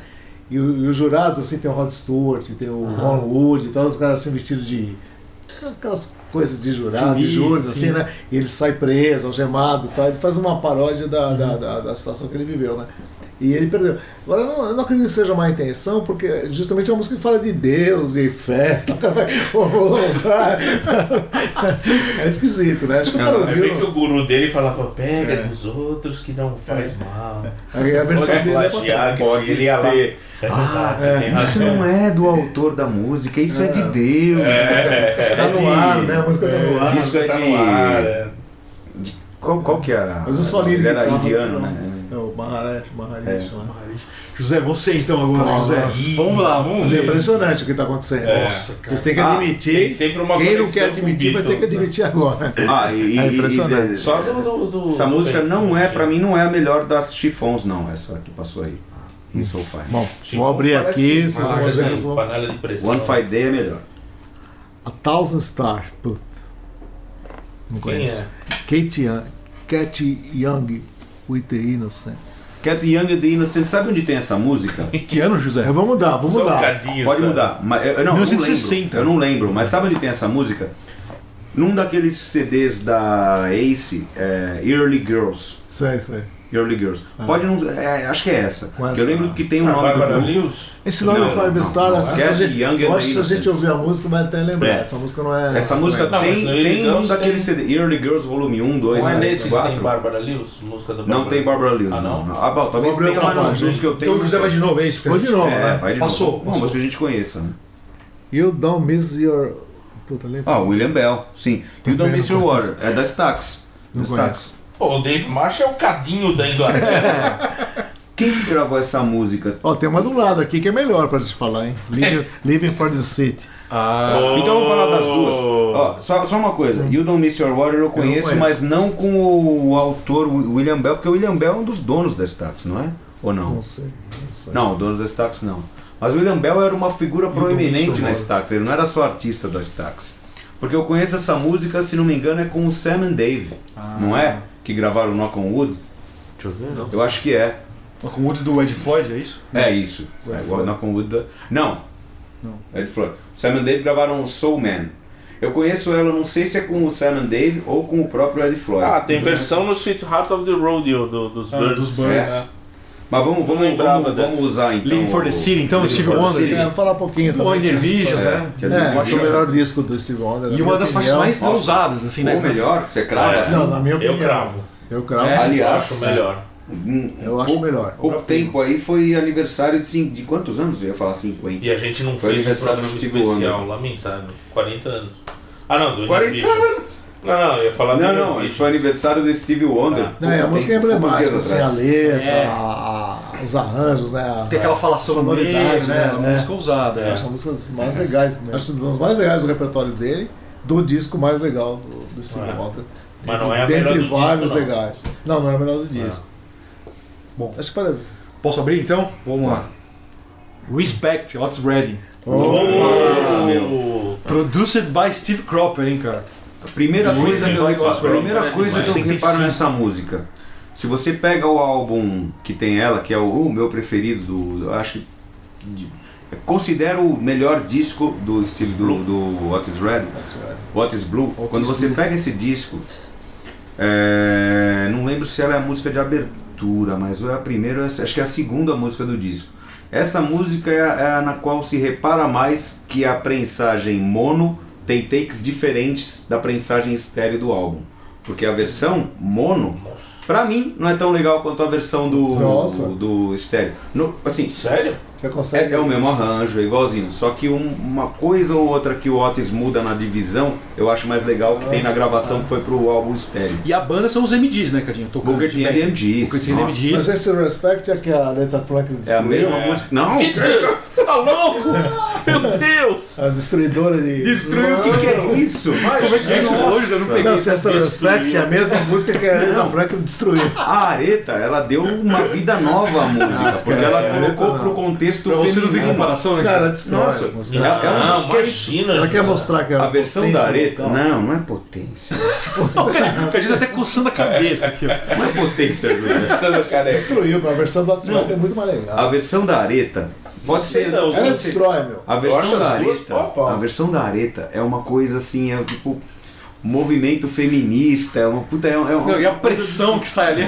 Speaker 3: E, o- e os jurados, assim, tem o Rod Stewart, tem o Ron Wood, e tal, os caras assim vestidos de. aquelas coisas de jurado, de
Speaker 4: Juiz,
Speaker 3: júri, assim,
Speaker 4: sim.
Speaker 3: né? E ele sai preso, algemado e tal. Ele faz uma paródia da, da, da, da situação que ele viveu, né? E ele perdeu. Agora, eu não, eu não acredito que seja má intenção, porque justamente é uma música que fala de Deus e fé. *laughs* é esquisito, né? Acho que o cara
Speaker 2: É bem que
Speaker 3: ouviu.
Speaker 2: o guru dele falava, pega dos outros que não faz mal.
Speaker 3: A versão
Speaker 2: É. Pode
Speaker 3: dele é pra
Speaker 2: plagiar,
Speaker 1: Pode
Speaker 2: ele ia lá.
Speaker 1: ser.
Speaker 2: É verdade, você tem
Speaker 1: Isso
Speaker 2: razão.
Speaker 1: não é do autor da música, isso é, de Deus.
Speaker 2: É,
Speaker 3: Tá
Speaker 1: de-
Speaker 3: no ar, né? A música tá no ar.
Speaker 1: Isso é
Speaker 2: tá
Speaker 1: de-
Speaker 2: no ar, é.
Speaker 1: Qual, qual que é a.
Speaker 3: Mas o solinho
Speaker 1: Ele
Speaker 3: de
Speaker 1: era
Speaker 3: guitarra,
Speaker 1: indiano,
Speaker 3: não.
Speaker 1: né?
Speaker 3: É o Maharaj,
Speaker 2: É.
Speaker 3: Maharaj. lá.
Speaker 4: José, você então agora,
Speaker 3: Nossa,
Speaker 4: José. Vamos lá, vamos
Speaker 3: Mas é
Speaker 4: ver.
Speaker 3: impressionante o que está acontecendo.
Speaker 2: É.
Speaker 3: Nossa, cara. Vocês têm que
Speaker 2: Ah,
Speaker 3: admitir.
Speaker 2: tem sempre uma
Speaker 3: Quem não
Speaker 2: conexão
Speaker 3: quer
Speaker 2: com
Speaker 3: admitir vai ter que
Speaker 2: Beatles, né?
Speaker 3: admitir agora.
Speaker 1: Ah, e,
Speaker 3: É
Speaker 1: e-
Speaker 3: impressionante.
Speaker 1: e-
Speaker 2: Só do, do, do-
Speaker 1: Essa
Speaker 2: do
Speaker 1: música
Speaker 2: Beethoven,
Speaker 1: não é, pra
Speaker 2: né?
Speaker 1: mim, não é a melhor das chifons, não, essa que passou aí. Isso ou faz.
Speaker 3: Bom,
Speaker 2: Chico,
Speaker 3: vou abrir
Speaker 2: parece é
Speaker 3: aqui. Vocês
Speaker 2: uma
Speaker 3: vão ver que eu
Speaker 2: panela-
Speaker 3: sou-
Speaker 2: panela de pressão.
Speaker 1: One Fight Day é melhor.
Speaker 3: A Thousand Star. Pô.
Speaker 2: Quem
Speaker 3: Não conheço.
Speaker 2: é?
Speaker 3: Kate Young. Kate Young with the Innocents.
Speaker 1: *laughs* Cat Young and the Innocent, sabe onde tem essa
Speaker 3: *laughs*
Speaker 1: música?
Speaker 4: Que ano, José?
Speaker 3: É, vamos mudar, vamos
Speaker 2: Só um
Speaker 3: mudar.
Speaker 2: bocadinho,
Speaker 1: Pode
Speaker 2: sabe?
Speaker 1: mudar. Mas, eu, eu não, eu não
Speaker 4: 1960.
Speaker 1: lembro, eu não lembro, mas sabe onde tem essa música? Num daqueles CDs da Ace, é, Early Girls.
Speaker 3: Isso aí, isso aí.
Speaker 1: Early Girls. Pode não. é, acho que é essa.
Speaker 3: Ah. Com essa,
Speaker 1: eu lembro
Speaker 3: né?
Speaker 1: que tem um
Speaker 2: Ah,
Speaker 1: nome do
Speaker 2: Bárbara
Speaker 1: grupo.
Speaker 2: Lewis?
Speaker 3: Esse nome
Speaker 1: Não,
Speaker 3: Five
Speaker 1: não,
Speaker 3: Star,
Speaker 1: não.
Speaker 3: assim,
Speaker 1: Cat
Speaker 3: a gente-
Speaker 1: Young and
Speaker 3: eu
Speaker 1: the
Speaker 3: acho que se a gente
Speaker 1: Innocents.
Speaker 3: ouvir a música vai até lembrar.
Speaker 1: É.
Speaker 3: Essa música não é.
Speaker 1: Essa música
Speaker 2: Não, mas
Speaker 1: tem,
Speaker 2: no Early
Speaker 1: tem um
Speaker 2: Girls
Speaker 1: daquele
Speaker 2: tem-
Speaker 1: CD. Early Girls Volume 1, 2,
Speaker 2: Não é
Speaker 1: 3,
Speaker 2: nesse que tem
Speaker 1: 4.
Speaker 2: Bárbara Lewis? Música da
Speaker 1: Não tem Barbara Lewis.
Speaker 2: Ah, não?
Speaker 1: Ah, bom, talvez
Speaker 3: Vou abrir
Speaker 1: tenha
Speaker 3: outra
Speaker 1: mais
Speaker 3: página.
Speaker 1: músicas que eu tenho.
Speaker 4: Então o José vai de novo, é isso?
Speaker 3: Vou de
Speaker 4: gente?
Speaker 3: novo,
Speaker 1: É,
Speaker 3: né?
Speaker 1: vai de
Speaker 4: Passou,
Speaker 1: novo. Bom,
Speaker 4: passou.
Speaker 1: música que a gente conheça, né?
Speaker 3: You don't miss your. Puta, lembra?
Speaker 1: Ah, William Bell, sim. E o Don't
Speaker 3: Também
Speaker 1: Miss
Speaker 3: não
Speaker 1: Your Water, é da Stax.
Speaker 3: Não
Speaker 1: Da
Speaker 3: conheço.
Speaker 2: Pô, o Dave Marsh é o cadinho da Inglaterra.
Speaker 1: Quem que gravou essa música?
Speaker 3: Ó, tem uma do lado aqui que é melhor pra gente falar, hein? Living,
Speaker 1: *laughs*
Speaker 3: Living for the City.
Speaker 1: Então vamos falar das duas. Ó, só, só uma coisa, You Don't Miss Your Water eu conheço,
Speaker 3: conheço.
Speaker 1: mas não com o autor Wi- William Bell, porque o William Bell é um dos donos da Stax, não é? Ou não?
Speaker 3: Não sei. Não sei.
Speaker 1: Não, dono da Stax não. Mas o William Bell era uma figura
Speaker 3: Miss
Speaker 2: né?
Speaker 1: proeminente
Speaker 3: Your
Speaker 1: na
Speaker 3: Water.
Speaker 1: Stax, ele não era só artista da Stax. Porque eu conheço essa música, se não me engano, é com o Sam and Dave, não é? Que gravaram Knock on Wood.
Speaker 2: Ah. Deixa eu ver.
Speaker 1: Eu acho que é.
Speaker 4: Mas Com o outro do Ed Floyd, é isso?
Speaker 1: É isso.
Speaker 3: Red
Speaker 1: É,
Speaker 3: Floyd.
Speaker 1: Not Con Wood da- Não.
Speaker 4: Não.
Speaker 1: Red Floyd. Sam and Dave gravaram Soul Man. Eu conheço ela, não sei se é com o Sam and Dave ou com o próprio Red Floyd.
Speaker 2: Ah, tem versão no Sweetheart of the Rodeo do, dos
Speaker 4: Ah,
Speaker 2: Birds.
Speaker 4: dos Birds.
Speaker 2: É.
Speaker 1: Mas vamos,
Speaker 2: Não
Speaker 1: vamos,
Speaker 2: lembrava
Speaker 1: vamos,
Speaker 2: dessa.
Speaker 1: vamos usar então.
Speaker 4: Living for the
Speaker 1: o-
Speaker 4: City, então,
Speaker 1: Living
Speaker 4: Steve
Speaker 1: for the
Speaker 4: Wonder.
Speaker 1: City.
Speaker 3: É, vou falar um pouquinho também.
Speaker 4: Wonder Visions,
Speaker 1: É,
Speaker 4: né?
Speaker 1: que é do
Speaker 3: É, acho
Speaker 1: Vision.
Speaker 3: o melhor disco do Steve Wonder. na
Speaker 4: E
Speaker 3: minha
Speaker 4: uma das faixas
Speaker 3: opinião.
Speaker 4: mais
Speaker 1: Nossa.
Speaker 4: ousadas, assim, né?
Speaker 1: Ou melhor, você crava.
Speaker 2: É.
Speaker 3: Não, na minha opinião.
Speaker 2: Eu cravo.
Speaker 3: Eu cravo.
Speaker 4: É,
Speaker 2: Eu
Speaker 1: Aliás,
Speaker 2: acho melhor.
Speaker 1: um- um
Speaker 3: Eu acho
Speaker 1: pouco-
Speaker 3: melhor.
Speaker 1: Pouco tempo aí foi aniversário de, cin- de quantos anos? Eu ia falar 50.
Speaker 2: E a gente não
Speaker 1: é. Foi
Speaker 2: fez um
Speaker 1: aniversário
Speaker 2: programa
Speaker 1: do Steve
Speaker 2: especial, lamentável. 40 anos. Ah, não, do
Speaker 1: 40
Speaker 2: Invisions. Não, não, eu ia falar do
Speaker 1: Não, não,
Speaker 2: Invisions.
Speaker 1: foi aniversário do Steve Wonder.
Speaker 2: Ah.
Speaker 3: Não, é, a
Speaker 1: Pouco
Speaker 3: música é
Speaker 1: tempo, poucos
Speaker 3: emblemática,
Speaker 1: dias
Speaker 3: assim, a
Speaker 1: atrás.
Speaker 3: letra,
Speaker 4: É.
Speaker 3: a- a- os arranjos, né? a-
Speaker 4: Tem aquela falação no meio,
Speaker 3: sonoridade,
Speaker 4: né? Uma
Speaker 3: É.
Speaker 4: música ousada.
Speaker 3: Acho uma das músicas mais legais, né? acho uma das mais legais do repertório dele, do disco mais legal do, do Steve
Speaker 2: É.
Speaker 3: Walter.
Speaker 2: Mas não é a melhor
Speaker 3: Dentre
Speaker 2: do
Speaker 3: vários
Speaker 2: disco, não.
Speaker 3: legais. Não, não é a melhor do disco.
Speaker 4: Bom.
Speaker 3: acho que para.
Speaker 4: Posso abrir então? Vamos lá. Respect, Otis Redding.
Speaker 1: Ah, meu.
Speaker 2: Ô,
Speaker 4: Produced by Steve Cropper, hein, cara?
Speaker 1: Primeira
Speaker 4: Muito
Speaker 1: coisa que eu
Speaker 4: bem,
Speaker 1: reparo,
Speaker 4: Gospel,
Speaker 1: primeira
Speaker 4: né?
Speaker 1: coisa que eu
Speaker 4: 65.
Speaker 1: reparo nessa música. Se você pega o álbum que tem ela, que é o, o meu preferido, do, eu acho que de- eu considero o melhor disco do Steve do, do Otis Red, What is Blue. Quando você pega esse disco, é, não lembro se ela é a música de abertura, mas ou é a primeira, ou é- acho que é a segunda música do disco. Essa música é a, é a na qual se repara mais que a prensagem mono tem takes diferentes da prensagem estéreo do álbum. Porque a versão mono,
Speaker 2: Nossa.
Speaker 1: pra mim, não é tão legal quanto a versão do,
Speaker 3: Nossa.
Speaker 1: do, estéreo. No- assim,
Speaker 2: Sério?
Speaker 3: Você consegue.
Speaker 1: é, é o mesmo arranjo, é igualzinho. Só que um- uma coisa ou outra que o Otis muda na divisão, eu acho mais legal que tem na gravação que foi pro álbum estéreo.
Speaker 4: E a banda são os MDs, né, Cadinho? Tocando
Speaker 1: Booker T and the MGs.
Speaker 4: Booker T and the
Speaker 1: Nossa.
Speaker 4: MGs.
Speaker 3: Mas esse Respect é que a Aretha Franklin
Speaker 1: É a
Speaker 3: destruiu.
Speaker 1: mesma música. Não!
Speaker 2: Tá louco? Meu Deus!
Speaker 3: a destruidora de.
Speaker 1: Destruiu o que, que é isso? Como é que
Speaker 4: é isso hoje? Eu não peguei.
Speaker 3: Não, se essa Respect é a mesma música que a Aretha
Speaker 1: *laughs*
Speaker 3: Franklin destruiu.
Speaker 1: A Areta, ela deu uma vida nova à música, porque
Speaker 3: cara,
Speaker 1: ela
Speaker 3: essa
Speaker 1: colocou
Speaker 3: Areta,
Speaker 1: pro contexto
Speaker 4: Pra você não tem
Speaker 1: feminino.
Speaker 4: comparação, né?
Speaker 3: Cara, destrói
Speaker 1: um Nossa.
Speaker 3: as músicas.
Speaker 1: Não, é um-
Speaker 2: Não,
Speaker 1: que é
Speaker 2: imagina.
Speaker 3: Ela quer
Speaker 2: José.
Speaker 3: mostrar que é
Speaker 1: A versão da
Speaker 4: então.
Speaker 1: Areta,
Speaker 3: né?
Speaker 1: não, não é potência.
Speaker 4: O Cadinho tá até coçando a cabeça aqui, ó.
Speaker 1: Não é potência, Luiz.
Speaker 2: Pensando, careca.
Speaker 3: Destruiu, mas a versão do Otis Redding é muito mais legal.
Speaker 1: A versão da Areta pode
Speaker 2: Sei
Speaker 1: ser. né?
Speaker 2: não,
Speaker 1: pode
Speaker 3: Ela
Speaker 1: ser-
Speaker 3: destrói, meu.
Speaker 1: A
Speaker 2: Eu acho
Speaker 1: versão da
Speaker 2: as duas
Speaker 1: areta,
Speaker 2: pau a pau.
Speaker 1: a versão da areta é uma coisa assim, é tipo movimento feminista, é uma puta. É, é uma,
Speaker 4: Não, e a pressão que sai ali é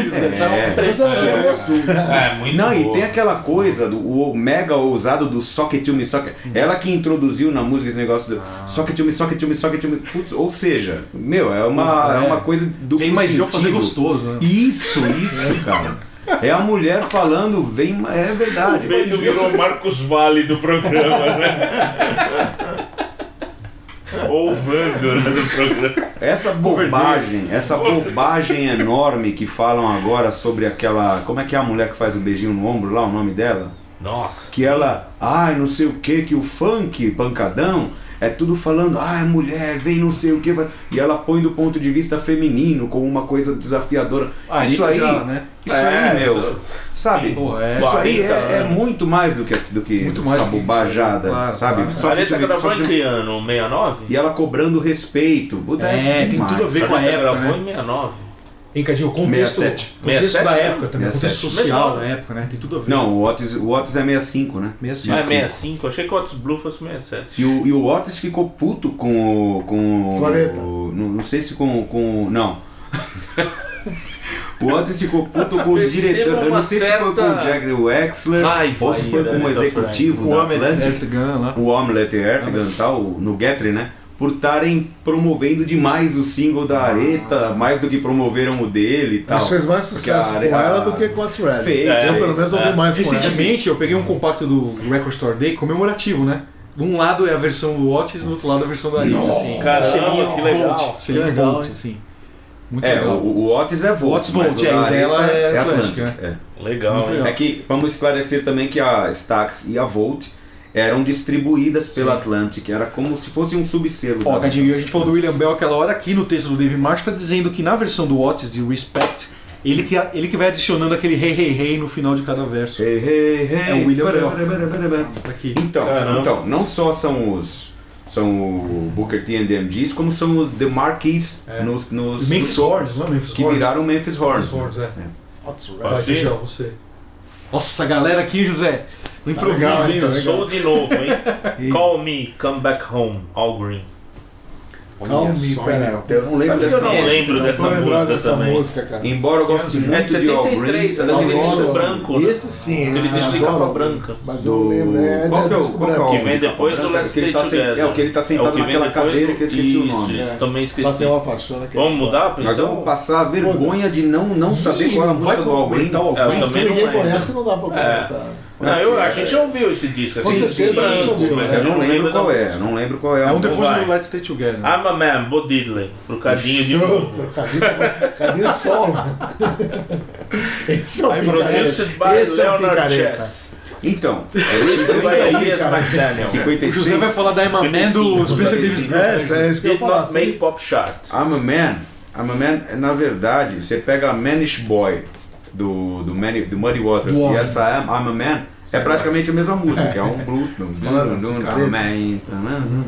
Speaker 1: É.
Speaker 4: isso é uma pressão.
Speaker 3: Essa é uma surra.
Speaker 2: É, muito
Speaker 1: Não, e
Speaker 2: boa.
Speaker 1: tem aquela coisa do o mega ousado do Socket Me Socket.
Speaker 4: Uhum.
Speaker 1: Ela que introduziu na música esse negócio do
Speaker 4: Ah.
Speaker 1: Socket Me Socket Me Socket Me. Putz, ou seja, meu, é uma,
Speaker 4: Ah,
Speaker 1: é.
Speaker 4: é.
Speaker 1: uma coisa do
Speaker 4: Vem mais eu fazer gostoso, né?
Speaker 1: Isso,
Speaker 4: *laughs*
Speaker 1: isso, cara. É a mulher falando, vem. É verdade.
Speaker 2: O Bento virou Marcos Vale do programa,
Speaker 1: *laughs*
Speaker 2: né? Ou o Vandor do programa.
Speaker 1: Essa bobagem, essa bobagem enorme que falam agora sobre aquela. Como é que é a mulher que faz o beijinho no ombro lá, o nome dela?
Speaker 2: Nossa.
Speaker 1: que ela, ai, não sei o que, que o funk, pancadão, é tudo falando, ai, mulher, vem não sei o que, e ela põe do ponto de vista feminino como uma coisa desafiadora.
Speaker 4: Ah,
Speaker 1: isso
Speaker 4: Anitta
Speaker 1: aí,
Speaker 4: já, né?
Speaker 1: isso
Speaker 2: É,
Speaker 1: aí, meu,
Speaker 2: isso-
Speaker 1: sabe?
Speaker 4: Pô, é.
Speaker 1: Isso aí
Speaker 2: 40
Speaker 1: é, é
Speaker 2: anos.
Speaker 1: muito mais do que, do que
Speaker 4: Muito mais
Speaker 1: essa
Speaker 4: que isso,
Speaker 1: bobajada,
Speaker 4: claro,
Speaker 1: sabe?
Speaker 4: claro.
Speaker 1: Só
Speaker 2: A
Speaker 1: que
Speaker 2: letra
Speaker 1: tive- só
Speaker 2: gravou
Speaker 1: que
Speaker 2: em
Speaker 1: tive-
Speaker 2: que ano? 69?
Speaker 1: E ela cobrando respeito. Puta,
Speaker 4: É, tem
Speaker 1: demais.
Speaker 4: tudo a ver com a
Speaker 2: Anitta
Speaker 4: época,
Speaker 2: gravou
Speaker 4: né?
Speaker 2: tá em 69.
Speaker 4: Hein, Cadinho, o contexto,
Speaker 1: 67.
Speaker 4: contexto
Speaker 2: 67,
Speaker 4: da
Speaker 2: né?
Speaker 4: época também, o contexto
Speaker 1: 67.
Speaker 4: social
Speaker 2: Mesmo
Speaker 4: da época, né? Tem tudo a ver.
Speaker 1: Não, o Otis, o Otis é 65, né?
Speaker 4: 65.
Speaker 2: Ah, é 65. Eu achei que o Otis Blue fosse 67.
Speaker 1: E o, e o Otis ficou puto com o. Com o-
Speaker 3: 40.
Speaker 1: o- não, não sei se com. com não. *laughs* o Otis ficou puto com o
Speaker 2: Perceba
Speaker 1: diretor. Eu não
Speaker 2: uma
Speaker 1: sei se foi com
Speaker 2: certa-
Speaker 1: o Jagger Wexler
Speaker 2: Ai,
Speaker 1: ou se foi
Speaker 2: vai,
Speaker 1: com o
Speaker 2: né,
Speaker 1: executivo
Speaker 4: O
Speaker 1: da
Speaker 4: Ahmed
Speaker 1: Atlantic,
Speaker 4: Erdogan
Speaker 3: né?
Speaker 4: lá.
Speaker 1: o Omelette Erdogan e tal, no Guthrie, né? Por estarem promovendo demais o single da Areta, mais do que promoveram o dele e tal.
Speaker 3: Acho que fez mais
Speaker 1: Porque
Speaker 3: sucesso
Speaker 1: a
Speaker 3: com
Speaker 1: Aretha-
Speaker 3: ela do que com a Thread.
Speaker 1: Fez,
Speaker 3: eu, pelo
Speaker 1: fez, né?
Speaker 3: menos, ouvi
Speaker 2: é.
Speaker 3: mais com ela.
Speaker 4: Recentemente eu peguei um compacto do Record Store Day comemorativo, né? De um lado é a versão do Otis, do outro lado é a versão da Anitta, assim.
Speaker 2: caramba,
Speaker 4: Selinho
Speaker 2: que legal.
Speaker 4: Volt, Selinho
Speaker 3: Que legal,
Speaker 4: Volt,
Speaker 3: hein?
Speaker 4: assim. Muito
Speaker 1: É, o,
Speaker 4: legal.
Speaker 1: o Otis é Volt.
Speaker 4: Otis Volt,
Speaker 1: mas
Speaker 4: é,
Speaker 1: da
Speaker 4: o dela
Speaker 1: Aretha
Speaker 4: é Atlantic,
Speaker 1: Atlantic, é.
Speaker 2: Legal,
Speaker 4: Muito
Speaker 2: hein?
Speaker 4: legal.
Speaker 1: É que vamos esclarecer também que a Stax e a Volt eram distribuídas pela Atlantic, era como se fosse um subselo.
Speaker 4: Ó,
Speaker 1: da-
Speaker 4: Cadinho, a gente falou do William Bell aquela hora aqui no texto do Dave Marsh, tá dizendo que na versão do Otis de Respect, ele que, ele que vai adicionando aquele hey hey hey no final de cada verso.
Speaker 1: Hey, hey, hey.
Speaker 4: É o William
Speaker 1: Bará,
Speaker 4: Bell.
Speaker 1: bará, bará, bará, bará.
Speaker 4: Tá Aqui.
Speaker 1: Então,
Speaker 2: Caramba.
Speaker 1: então, não só são os são o Booker T and the MGs, como são os The Marquis
Speaker 2: É.
Speaker 1: nos, nos
Speaker 4: Memphis Horns, não é Memphis
Speaker 1: que
Speaker 4: Horns?
Speaker 1: viraram Memphis Horns.
Speaker 4: Memphis Horns, é.
Speaker 3: That's right.
Speaker 4: Vai,
Speaker 2: Assim?
Speaker 4: Sejão, você. Nossa, a galera aqui, José. Não
Speaker 3: legal,
Speaker 4: improvisa, hein,
Speaker 3: então,
Speaker 4: velho.
Speaker 2: Sou de novo, hein? Call me, come back home, all green.
Speaker 3: Calma, pera.
Speaker 1: Eu não lembro
Speaker 2: Sabe que
Speaker 1: dessa
Speaker 2: eu não
Speaker 1: música.
Speaker 2: lembro dessa
Speaker 3: Vou lembrar
Speaker 2: música
Speaker 3: dessa
Speaker 2: também.
Speaker 3: música, cara.
Speaker 1: Embora eu goste
Speaker 2: É
Speaker 1: muito
Speaker 2: de
Speaker 1: de All Green,
Speaker 2: 73, é daquele
Speaker 3: Adoro.
Speaker 2: disco branco. né?
Speaker 3: Esse sim,
Speaker 2: Ele
Speaker 3: esse
Speaker 2: diz de
Speaker 3: eu adoro.
Speaker 2: capa branca.
Speaker 3: Mas eu não
Speaker 1: do...
Speaker 3: lembro, é,
Speaker 1: qual que é
Speaker 3: é
Speaker 1: o
Speaker 3: disco
Speaker 1: qual que é
Speaker 3: branco.
Speaker 1: o
Speaker 2: Que
Speaker 1: álbum
Speaker 2: vem
Speaker 1: de capa
Speaker 2: depois do
Speaker 1: branca?
Speaker 2: Let's
Speaker 1: Que ele
Speaker 2: Stay
Speaker 1: tá sen-
Speaker 2: Together.
Speaker 1: É o que ele tá
Speaker 2: É o
Speaker 1: sentado
Speaker 2: que vem
Speaker 1: naquela
Speaker 2: depois
Speaker 1: cadeira
Speaker 2: do-
Speaker 1: que eu esqueci o nome.
Speaker 2: Isso, isso, também
Speaker 3: Lá
Speaker 2: esqueci.
Speaker 3: tem uma faixona que
Speaker 2: Vamos mudar,
Speaker 1: Nós vamos
Speaker 2: então?
Speaker 1: passar a vergonha de não, não saber
Speaker 4: Ih,
Speaker 1: qual é a
Speaker 4: não vai
Speaker 1: música do Albuquerque.
Speaker 4: comentar o
Speaker 2: É, eu
Speaker 3: Se
Speaker 4: Queen?
Speaker 2: também não
Speaker 3: ninguém
Speaker 2: lembro.
Speaker 3: conhece, não É. dá pra comentar.
Speaker 2: Não, eu, a gente já ouviu esse disco,
Speaker 3: Com
Speaker 2: assim,
Speaker 3: certeza a gente
Speaker 2: branco,
Speaker 3: ouviu,
Speaker 2: mas
Speaker 3: né?
Speaker 1: Eu não lembro
Speaker 2: da
Speaker 1: qual é, eu
Speaker 2: música.
Speaker 1: não lembro qual é.
Speaker 4: É um
Speaker 1: a
Speaker 4: depois
Speaker 2: vai.
Speaker 4: do Let's Stay Together.
Speaker 2: I'm a man, Bo Diddley, pro cadinho de novo.
Speaker 3: Puta, cadê, cadê o solo? *laughs* Esse é o picareta.
Speaker 2: Produced by
Speaker 3: Esse é o
Speaker 2: Leonard
Speaker 3: picareta.
Speaker 2: Chess.
Speaker 1: Então,
Speaker 3: é o
Speaker 2: By Ian
Speaker 3: picareta.
Speaker 2: McDaniel.
Speaker 4: O
Speaker 1: 56.
Speaker 4: José vai falar da Emma Man
Speaker 2: 55,
Speaker 4: do Spencer Davis
Speaker 2: 55.
Speaker 4: Group.
Speaker 3: É, é isso que eu ia
Speaker 2: Did
Speaker 3: falar.
Speaker 2: not
Speaker 3: se ele-
Speaker 2: make pop chart.
Speaker 1: I'm a man. I'm a man, na verdade, você pega a Manish Boy do, do, Mani, do Muddy Waters
Speaker 4: Do
Speaker 1: e
Speaker 4: homem.
Speaker 1: essa I'm, I'm a Man é praticamente a mesma música, é um blues. dum, dum, dum, dum,
Speaker 3: picareta.
Speaker 1: man, tananã.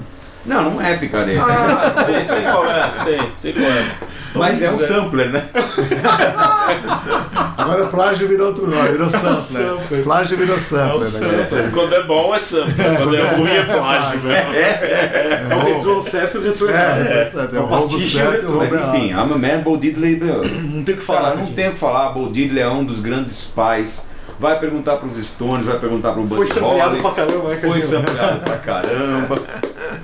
Speaker 1: Não, não é picareta.
Speaker 2: Ah, sei, sei qual é, sei, sei qual é.
Speaker 1: mas é um sampler, né?
Speaker 4: Tá
Speaker 3: Agora o plágio virou outro nome, *laughs* virou sampler. Plágio virou sampler. né, cara?
Speaker 2: Quando é bom é samba, quando é ruim é plágio mesmo.
Speaker 4: É o retrô certo e o retrô errado.
Speaker 3: É, é, certo, é o roubo
Speaker 4: pastiche,
Speaker 3: certo. e o
Speaker 1: Mas
Speaker 3: roubo errado.
Speaker 1: enfim, I'm a Man, Bo Diddley, meu,
Speaker 4: Não tem o que
Speaker 1: Fala,
Speaker 4: falar. né,
Speaker 1: não
Speaker 4: gente.
Speaker 1: tem o que falar, Bo Diddley é um dos grandes pais. Vai perguntar pros Stones, vai perguntar pro Buddy
Speaker 4: Foi sampleado
Speaker 1: Holly.
Speaker 4: pra caramba, né,
Speaker 1: Foi
Speaker 4: Cadinho?
Speaker 1: sampleado pra caramba. *laughs*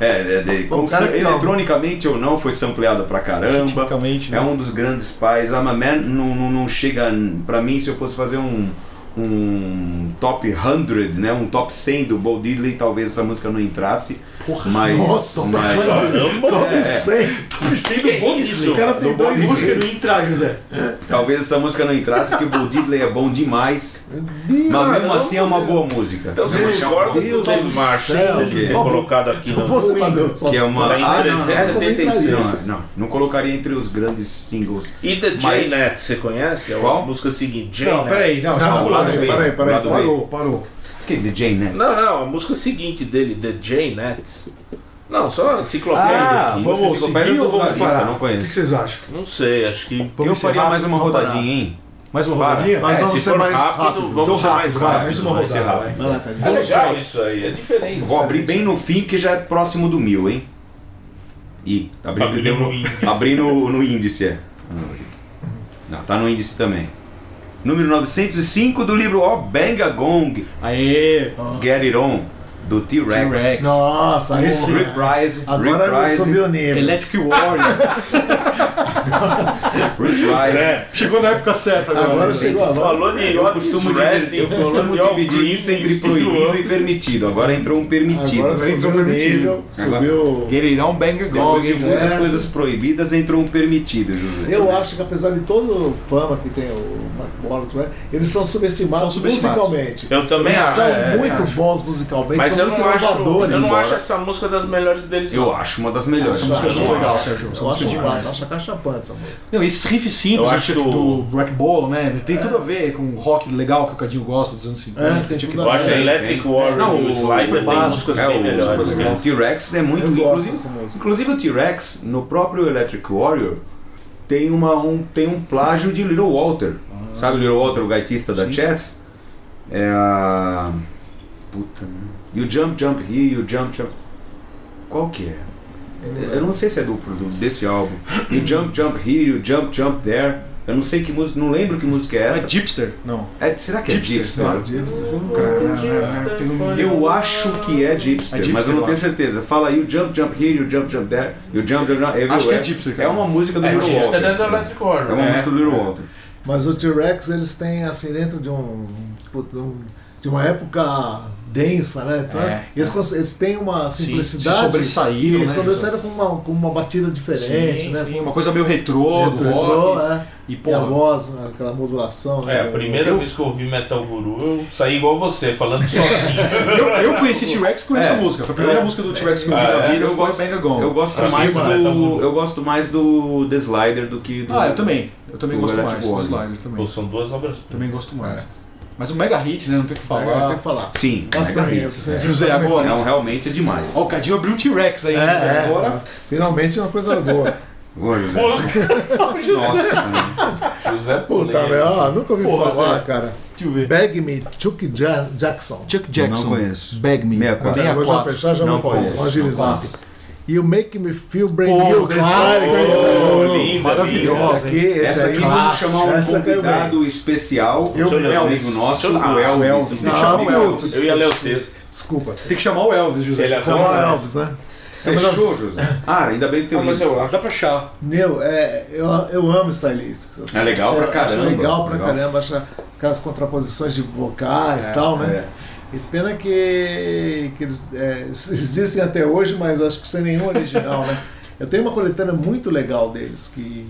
Speaker 1: É, é, é,
Speaker 3: Bom,
Speaker 1: com-
Speaker 3: cara que não.
Speaker 1: eletronicamente ou não, foi sampleado pra
Speaker 3: *laughs*
Speaker 1: caramba.
Speaker 4: Tipicamente,
Speaker 1: É
Speaker 4: né?
Speaker 1: um dos grandes pais. I'm a Man não, não, não chega. Pra mim, se eu fosse fazer um, um top 100, né? Um top 100 do Bo Diddley, talvez essa música não entrasse.
Speaker 4: Porra,
Speaker 1: mas.
Speaker 3: Nossa,
Speaker 1: mas-
Speaker 2: Caramba,
Speaker 1: É,
Speaker 3: Top 100.
Speaker 2: que É isso?
Speaker 4: O cara tem
Speaker 1: Do Bob
Speaker 4: dois músicas no entrar, José.
Speaker 1: Talvez essa música não entrasse, que o Bo Diddley é bom demais. Mas mesmo assim é uma boa música.
Speaker 2: Então você
Speaker 3: é um
Speaker 2: discorda do
Speaker 3: Deus do
Speaker 2: Dave Marsh
Speaker 3: céu,
Speaker 2: ele ter
Speaker 1: cara.
Speaker 2: é colocado aqui
Speaker 3: Se eu
Speaker 2: no...
Speaker 3: fosse fazer o top
Speaker 1: que é uma.
Speaker 3: 100,
Speaker 1: Ah, não, essa nem
Speaker 3: entraria.
Speaker 1: entraria. não, não, não colocaria entre os grandes singles.
Speaker 2: E The
Speaker 1: Mas-
Speaker 2: J-Net, você conhece? É
Speaker 1: Qual?
Speaker 2: a música seguinte,
Speaker 4: Não,
Speaker 2: J-Net.
Speaker 4: peraí, não.
Speaker 3: Não,
Speaker 1: lado B,
Speaker 3: peraí, peraí, peraí,
Speaker 1: lado B.
Speaker 3: parou, parou.
Speaker 1: Que de Jane, né?
Speaker 2: Não, não, a música seguinte dele, The J-Net. Não, só enciclopédia
Speaker 1: Ah,
Speaker 2: aqui.
Speaker 3: Vamos
Speaker 1: Ficou perto
Speaker 3: seguir
Speaker 1: do
Speaker 3: ou vamos
Speaker 1: vocalista,
Speaker 3: parar?
Speaker 1: não
Speaker 3: O que
Speaker 1: conheço.
Speaker 3: que vocês acham?
Speaker 2: Não sei, acho que...
Speaker 1: Eu
Speaker 4: Vamos
Speaker 1: faria
Speaker 4: encerrar,
Speaker 1: mais uma
Speaker 4: vamos parar.
Speaker 1: rodadinha, hein?
Speaker 4: Mais uma
Speaker 1: Para.
Speaker 4: rodadinha?
Speaker 3: Nós
Speaker 2: É,
Speaker 3: vamos
Speaker 2: se
Speaker 3: ser
Speaker 2: for
Speaker 3: mais
Speaker 2: rápido,
Speaker 3: rápido.
Speaker 2: vamos
Speaker 3: Então
Speaker 2: ser mais
Speaker 3: rápido, vai,
Speaker 2: rápido,
Speaker 3: mais uma
Speaker 2: vai ser
Speaker 3: rodada.
Speaker 2: rápido.
Speaker 3: vai. Vai lá,
Speaker 2: É
Speaker 3: Cadinho.
Speaker 2: legal isso aí, é diferente.
Speaker 1: Vou abrir bem no fim, que já é próximo do mil, hein? I. Abrindo, tá
Speaker 2: Abriu um
Speaker 1: *laughs*
Speaker 2: no índice.
Speaker 1: Abrindo no índice, é. Não, tá no índice também. Número 905 do livro O Benga Gong,
Speaker 4: Aê!
Speaker 1: Get It On, do T-Rex.
Speaker 4: T-Rex.
Speaker 3: Nossa, aí sim.
Speaker 1: Reprise,
Speaker 3: Agora
Speaker 1: reprise,
Speaker 3: subiu o nível.
Speaker 4: Electric Warrior.
Speaker 1: reprise.
Speaker 2: É.
Speaker 4: Chegou na época certa agora.
Speaker 3: Agora chegou a hora.
Speaker 2: Falou de
Speaker 1: Eu costumo dividir, eu costumo dividir isso entre proibido e permitido. Agora entrou um permitido.
Speaker 3: Agora subiu o nível. Subiu.
Speaker 4: Get it on, banger, go.
Speaker 1: Depois de muitas
Speaker 3: certo.
Speaker 1: coisas proibidas entrou um permitido, José.
Speaker 3: né? Eu acho que apesar de toda a fama que tem o Mark Wahlberg, né, eles são subestimados,
Speaker 4: São subestimados.
Speaker 3: musicalmente.
Speaker 2: Eu também
Speaker 3: Eles
Speaker 2: acho.
Speaker 3: são
Speaker 2: é,
Speaker 3: muito
Speaker 2: acho.
Speaker 3: bons musicalmente,
Speaker 2: Mas
Speaker 3: são
Speaker 2: eu
Speaker 3: muito
Speaker 2: não, acho,
Speaker 3: inovadores.
Speaker 2: eu não acho essa música das melhores deles. não.
Speaker 1: Eu acho uma das melhores.
Speaker 3: Essa música é muito
Speaker 4: legal,
Speaker 3: acho.
Speaker 4: Sérgio. Essa
Speaker 3: Eu acho
Speaker 4: música é demais.
Speaker 3: demais, eu acho cachapante essa música.
Speaker 4: Não, esses riffs
Speaker 2: Eu
Speaker 4: simples
Speaker 2: acho
Speaker 4: acho
Speaker 2: que o-
Speaker 4: do Black Ball, né? Tem tudo a ver com o rock legal que o Cadinho gosta dos anos 50.
Speaker 3: É, tem tudo
Speaker 2: Eu acho
Speaker 3: Tem,
Speaker 2: Electric
Speaker 1: tem.
Speaker 2: Warrior
Speaker 1: Não,
Speaker 2: e o
Speaker 1: o
Speaker 2: Slider tem
Speaker 3: básico,
Speaker 2: músicas
Speaker 1: É,
Speaker 2: bem
Speaker 1: o-
Speaker 2: melhores.
Speaker 1: o,
Speaker 2: né?
Speaker 1: T-Rex é muito.
Speaker 3: Eu gosto dessa
Speaker 1: inclusive,
Speaker 3: música.
Speaker 1: inclusive o T-Rex, no próprio Electric Warrior, tem, uma, um, tem um plágio de Little Walter.
Speaker 3: Ah.
Speaker 1: Sabe o Little Walter, o gaitista da Chess? É a. Puta. né? You jump, jump here, you jump, jump. Qual que é? Eu não sei se é duplo do, desse álbum. You jump, jump here, you jump, jump there. Eu não sei que música, não lembro que música é
Speaker 4: Não é
Speaker 1: essa.
Speaker 4: Gipster? Não.
Speaker 1: É, será que é
Speaker 4: Gypsy,
Speaker 1: Gipster?
Speaker 3: Ah, Gibson, tem um
Speaker 4: né, Tem um-
Speaker 1: Eu acho que é Gipster,
Speaker 4: É Gipster,
Speaker 1: mas eu não
Speaker 4: eu
Speaker 1: tenho
Speaker 4: acho.
Speaker 1: certeza. Fala aí, o Jump Jump Here, o Jump Jump There, o Jump Jump Jump Everywhere.
Speaker 4: Acho que é Gipster, cara.
Speaker 1: É uma música do
Speaker 2: É,
Speaker 1: Little
Speaker 2: Gipster é do
Speaker 1: Walter.
Speaker 2: Electric Warrior.
Speaker 1: É uma
Speaker 2: É.
Speaker 1: música do Little Walter.
Speaker 3: Mas o T-Rex, eles têm, assim, dentro de um, puta, um- de uma época densa, né? Então,
Speaker 4: É.
Speaker 3: eles, cons- eles têm uma
Speaker 4: Sim,
Speaker 3: simplicidade.
Speaker 4: se sobressaíram,
Speaker 3: e
Speaker 4: né,
Speaker 3: sobressaíram com uma, com uma batida diferente,
Speaker 4: Sim,
Speaker 3: né?
Speaker 4: sim, Uma coisa meio retrô, do rock.
Speaker 3: é.
Speaker 4: E,
Speaker 3: E a
Speaker 4: porra,
Speaker 3: voz, né, aquela modulação.
Speaker 2: É,
Speaker 3: né?
Speaker 2: a primeira vez que eu ouvi Metal Guru, eu saí igual você, falando sozinho.
Speaker 4: eu,
Speaker 2: *laughs*
Speaker 4: eu conheci T-Rex com essa
Speaker 1: É.
Speaker 4: música. Foi a primeira música do T-Rex que eu vi
Speaker 2: É,
Speaker 4: na vida
Speaker 1: eu
Speaker 4: foi
Speaker 1: gosto-
Speaker 4: Bang Gone.
Speaker 1: Eu gosto
Speaker 2: Acho
Speaker 1: mais
Speaker 2: demais essa
Speaker 1: do.
Speaker 2: música.
Speaker 1: Eu gosto mais do The Slider do que do.
Speaker 4: Ah, eu também. Eu também
Speaker 1: do
Speaker 4: gosto
Speaker 1: Electric
Speaker 4: mais do
Speaker 1: Warrior.
Speaker 4: Slider
Speaker 2: Pô,
Speaker 4: também.
Speaker 2: são duas obras.
Speaker 4: Também gosto mais. Mas um mega hit, né? Não tem o que
Speaker 3: É, tem
Speaker 4: falar.
Speaker 3: que falar.
Speaker 1: Sim,
Speaker 3: Nossa,
Speaker 1: mega
Speaker 3: pra mim,
Speaker 1: hit.
Speaker 3: vocês-
Speaker 4: José, agora.
Speaker 1: Não, realmente é demais.
Speaker 4: Ó, o Cadinho abriu o T-Rex aí.
Speaker 3: É,
Speaker 4: José,
Speaker 3: é.
Speaker 4: agora.
Speaker 3: Finalmente é uma coisa boa.
Speaker 4: *laughs*
Speaker 1: Ô, José. Nossa.
Speaker 2: José
Speaker 3: Puta,
Speaker 2: Polêmico.
Speaker 3: velho, ó, nunca ouvi
Speaker 4: Porra,
Speaker 3: falar,
Speaker 4: Zé.
Speaker 3: cara.
Speaker 4: Deixa eu ver.
Speaker 3: Beg Me, Chuck Ja- Jackson.
Speaker 4: Chuck
Speaker 1: Não conheço.
Speaker 4: Bag Me.
Speaker 1: Meia quatro.
Speaker 4: Meia
Speaker 3: Agora já
Speaker 4: quatro.
Speaker 3: fechar, já
Speaker 1: Não
Speaker 3: é não, pode.
Speaker 1: conheço,
Speaker 3: Vamos agilizar.
Speaker 4: não
Speaker 3: E o Make Me Feel Brand
Speaker 4: Pô,
Speaker 3: New. desse
Speaker 4: clássico,
Speaker 3: cara,
Speaker 2: Pô,
Speaker 3: cara.
Speaker 2: linda, linda.
Speaker 4: maravilhosa.
Speaker 3: Esse aqui, esse
Speaker 1: Essa
Speaker 3: aí.
Speaker 1: aqui vamos chamar um
Speaker 3: Essa caiu bem.
Speaker 1: convidado especial,
Speaker 3: Eu-
Speaker 1: um amigo
Speaker 2: Elvis.
Speaker 1: nosso,
Speaker 2: Deixa eu-
Speaker 1: o
Speaker 2: Ah, o
Speaker 1: Elvis.
Speaker 4: Tem que
Speaker 3: Não,
Speaker 4: chamar o Elvis.
Speaker 2: Eu ia ler o texto.
Speaker 3: Desculpa.
Speaker 4: Tem que chamar o Elvis, José.
Speaker 2: Ele é
Speaker 3: Como
Speaker 2: Não,
Speaker 3: é
Speaker 2: não.
Speaker 3: Elvis, né?
Speaker 1: Fechou, José? Ah, ainda bem que tem
Speaker 2: Ah, mas eu acho.
Speaker 4: Dá pra achar.
Speaker 3: Meu, é, eu, eu amo Stylistics. assim.
Speaker 1: É legal pra
Speaker 3: Eu
Speaker 1: caramba.
Speaker 3: Acho legal pra
Speaker 1: Legal. É,
Speaker 3: caramba, acho aquelas contraposições de vocais e tal, né? E pena que, que eles é, *laughs* existem até hoje, mas acho que sem nenhum original, né? Eu tenho uma coletânea muito legal deles, que.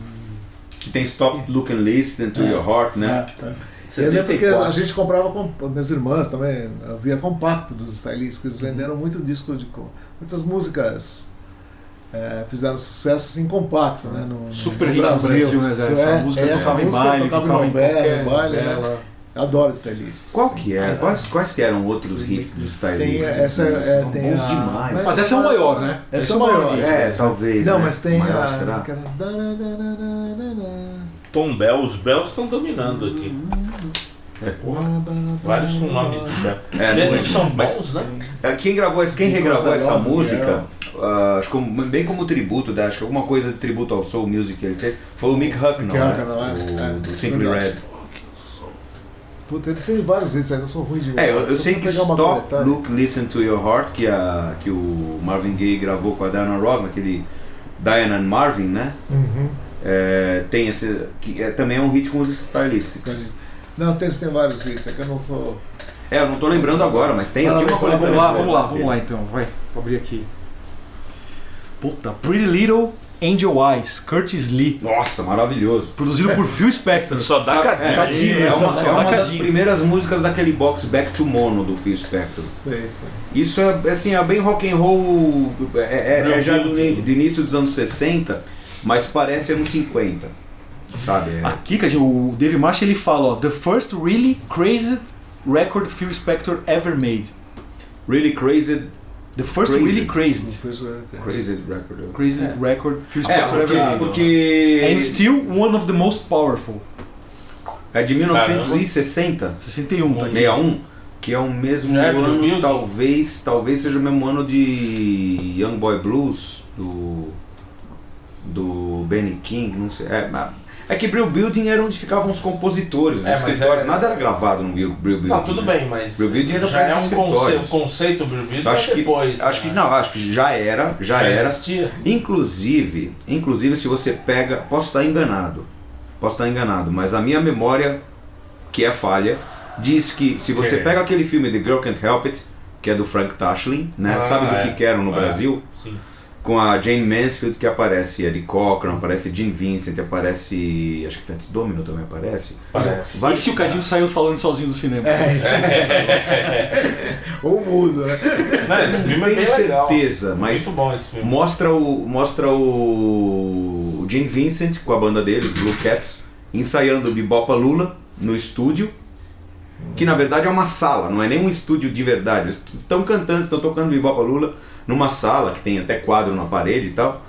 Speaker 1: Que tem Stop Look and Listen to Your Heart, né?
Speaker 3: É, eu lembro que a gente comprava com minhas irmãs também, havia compacto dos Stylistics, eles venderam muito disco de. co- Muitas músicas é, fizeram sucesso em compacto, né? No,
Speaker 4: Super
Speaker 3: no
Speaker 4: hit no Brasil, né, Zé?
Speaker 3: Isso
Speaker 4: Essa
Speaker 3: é,
Speaker 4: música
Speaker 3: é, essa
Speaker 4: tocava em
Speaker 3: música
Speaker 4: baile,
Speaker 3: tocava
Speaker 4: tocava
Speaker 3: em
Speaker 4: em
Speaker 3: novela,
Speaker 4: qualquer
Speaker 3: em baile, né?
Speaker 4: novela.
Speaker 3: Adoro Stylistics.
Speaker 1: Qual que é? Quais, quais que eram outros hits dos
Speaker 3: Tem
Speaker 1: stylists?
Speaker 3: essa é,
Speaker 1: São
Speaker 3: tem
Speaker 1: bons
Speaker 3: a-
Speaker 1: demais.
Speaker 4: Mas essa é o maior, né?
Speaker 3: Essa
Speaker 4: Esse
Speaker 3: é o maior,
Speaker 4: hit,
Speaker 1: É,
Speaker 4: né?
Speaker 1: talvez.
Speaker 3: Não,
Speaker 1: né?
Speaker 3: mas tem
Speaker 1: Maior,
Speaker 3: a.
Speaker 1: será?
Speaker 3: aquela-
Speaker 2: Tom Bell, os Bells estão dominando aqui. Vários com nomes de Bell.
Speaker 1: É,
Speaker 2: Eles não
Speaker 1: muito.
Speaker 2: são
Speaker 1: Mas-
Speaker 2: bons, né?
Speaker 1: É, Quem gravou, essa- quem
Speaker 3: Então,
Speaker 1: regravou
Speaker 3: Zé
Speaker 1: essa
Speaker 3: Lopes,
Speaker 1: música,
Speaker 3: é.
Speaker 1: ah, acho que como- bem como tributo, da, acho que alguma coisa de tributo ao Soul Music que ele fez, foi o Mick Hucknall,
Speaker 3: Mick Hucknall,
Speaker 1: né?
Speaker 3: é.
Speaker 1: Do,
Speaker 3: É,
Speaker 1: do Simply
Speaker 3: verdade.
Speaker 1: Red.
Speaker 3: Puta, eles têm vários hits aí, eu sou ruim de
Speaker 1: É, eu, eu
Speaker 3: Se
Speaker 1: sei
Speaker 3: você
Speaker 1: que
Speaker 3: pegar uma
Speaker 1: Stop,
Speaker 3: coletânea-
Speaker 1: Look, Listen to Your Heart, que, a, que o Marvin Gaye gravou com a Diana Ross, naquele Diana and Marvin, né?
Speaker 3: Uhum.
Speaker 1: É, tem esse. que é, também é um hit com os Stylistics.
Speaker 3: Não, eles têm vários hits, é que eu não sou.
Speaker 1: É, eu não tô lembrando agora, mas tem.
Speaker 3: Ah,
Speaker 1: tinha uma
Speaker 3: vamos
Speaker 1: coletânea
Speaker 4: Vamos lá,
Speaker 1: dessa
Speaker 4: vamos lá,
Speaker 1: época
Speaker 4: vamos lá
Speaker 1: deles.
Speaker 4: então. Vai, vou abrir aqui. Puta, Pretty Little Angel Eyes, Curtis Lee,
Speaker 1: Nossa, maravilhoso.
Speaker 4: produzido por Phil Spector.
Speaker 2: Só dá
Speaker 1: É,
Speaker 2: cadinho.
Speaker 4: Cadinho,
Speaker 1: é,
Speaker 4: essa
Speaker 1: uma,
Speaker 4: só
Speaker 1: é
Speaker 4: dá
Speaker 1: uma das
Speaker 4: cadinho.
Speaker 1: primeiras músicas daquele box Back to Mono do Phil Spector.
Speaker 3: Sei, sei.
Speaker 1: Isso é assim, é bem rock and roll, é, é- é já do, ni- do início dos anos 60, mas parece anos 50. Sabe? É.
Speaker 4: Aqui, Cadinho, o Dave Marsh ele fala, ó, The first really crazy record Phil Spector ever made.
Speaker 1: Really Crazy
Speaker 4: The first
Speaker 1: Crazy.
Speaker 4: really crazy.
Speaker 3: Depois eh, eu-
Speaker 1: Crazy Record.
Speaker 4: Crazy record Phil
Speaker 1: É,
Speaker 4: Spector
Speaker 1: porque,
Speaker 4: ever made.
Speaker 2: É
Speaker 4: And
Speaker 1: porque
Speaker 4: still one of the most powerful.
Speaker 1: é de 1960,
Speaker 4: 61, tá aqui.
Speaker 1: 61, que é o mesmo
Speaker 2: Já é Blue
Speaker 1: ano,
Speaker 2: Building?
Speaker 1: talvez, talvez seja o mesmo ano de Young Boy Blues do do Benny King, não sei. É, mas- é que Brill Building era onde ficavam os compositores, né? os
Speaker 2: É, mas
Speaker 1: escritórios.
Speaker 2: é-
Speaker 1: Nada era gravado no Brill Brill Building.
Speaker 2: Não, tudo
Speaker 1: né?
Speaker 2: bem, mas
Speaker 1: Brew Building era
Speaker 2: já
Speaker 1: pra
Speaker 2: é um conce
Speaker 1: escritórios.
Speaker 2: o conceito Brew Building
Speaker 1: Acho
Speaker 2: é
Speaker 1: que,
Speaker 2: depois.
Speaker 1: acho que
Speaker 2: né?
Speaker 1: não, acho que já era, já,
Speaker 2: Já
Speaker 1: era.
Speaker 2: existia.
Speaker 1: Inclusive, inclusive se você pega, posso estar enganado, posso estar enganado, mas a minha memória, que é falha, diz que se você
Speaker 2: É.
Speaker 1: pega aquele filme The Girl Can't Help It, que é do Frank Tashlin, né?
Speaker 2: Ah,
Speaker 1: Sabe
Speaker 2: é.
Speaker 1: o que que eram no
Speaker 2: É.
Speaker 1: Brasil?
Speaker 2: Sim.
Speaker 1: Com a Jane Mansfield que aparece Eddie Cochran, aparece Jim Vincent, aparece. Acho que Fats Domino também aparece.
Speaker 2: Parece.
Speaker 1: Vai-
Speaker 4: E se o Cadinho saiu falando sozinho do cinema?
Speaker 3: É isso. Ou mudo, né?
Speaker 2: Não, esse filme é
Speaker 1: tenho
Speaker 2: bem legal.
Speaker 1: certeza, mas
Speaker 2: Muito bom esse filme.
Speaker 1: Mostra o. Mostra o. o Jim Vincent com a banda deles, Blue Caps, ensaiando Bibopa Lula no estúdio. Que na verdade é uma sala, não é nem um estúdio de verdade. Eles estão cantando, estão tocando Bibopa Lula numa sala que tem até quadro na parede e tal.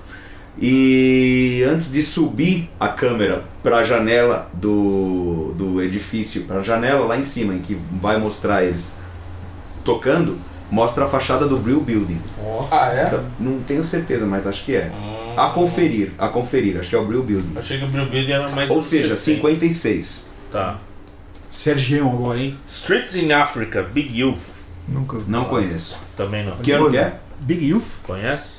Speaker 1: E antes de subir a câmera para a janela do, do edifício, para a janela lá em cima, em que vai mostrar eles tocando, mostra a fachada do Brill Building.
Speaker 2: Ah, é?
Speaker 1: Tá- Não tenho certeza, mas acho que é. A conferir, a conferir, acho que é o Brill Building.
Speaker 2: Achei que o Brew Building era mais
Speaker 1: Ou
Speaker 2: anos
Speaker 1: seja,
Speaker 2: 60.
Speaker 1: 56.
Speaker 2: Tá.
Speaker 4: Sergião agora, hein?
Speaker 2: Streets in Africa, Big Youth.
Speaker 4: Nunca.
Speaker 1: Não conheço.
Speaker 2: Também não.
Speaker 1: Que ano que é?
Speaker 4: Big Youth?
Speaker 2: Conhece?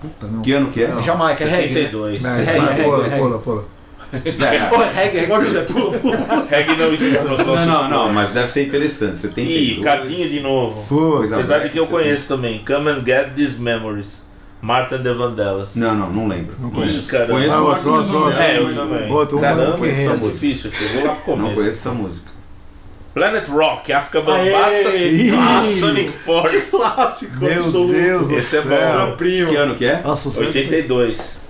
Speaker 4: Puta, não.
Speaker 1: Que ano que é?
Speaker 3: Tá, Não.
Speaker 4: Jamaica, é reggae. né?
Speaker 2: 72.
Speaker 3: Não,
Speaker 4: é, é,
Speaker 3: pula,
Speaker 4: é.
Speaker 3: pula, pula.
Speaker 1: É.
Speaker 4: Pô, é reggae, é igual o José. Pula, pula.
Speaker 3: é.
Speaker 2: *laughs* Reggae não existe nos nossos
Speaker 1: Não, não, não, mas deve ser interessante. Você tem
Speaker 2: Ih, Cadinho de novo.
Speaker 3: Pula.
Speaker 1: Coisa-
Speaker 2: Apesar de que eu conheço também. Come and Get These Memories. Martin de Vandellas.
Speaker 1: Não, não, não lembro.
Speaker 4: Não
Speaker 2: Ih,
Speaker 4: conheço.
Speaker 2: caramba.
Speaker 1: Conheço
Speaker 3: Ah, outro, outro, outro.
Speaker 2: É, eu também.
Speaker 3: Outro, um
Speaker 2: Caramba,
Speaker 3: que
Speaker 2: isso é
Speaker 3: rende.
Speaker 2: difícil. aqui. Eu vou lá pro começo.
Speaker 1: Não conheço essa música.
Speaker 2: Planet Rock, África Bambata.
Speaker 4: Aê!
Speaker 2: Ah, Sonic Force.
Speaker 4: Clássico,
Speaker 3: Meu
Speaker 4: absoluto.
Speaker 3: Deus do
Speaker 2: Esse é
Speaker 3: céu.
Speaker 4: Primo.
Speaker 1: Que ano que é?
Speaker 3: Nossa, você
Speaker 2: 82.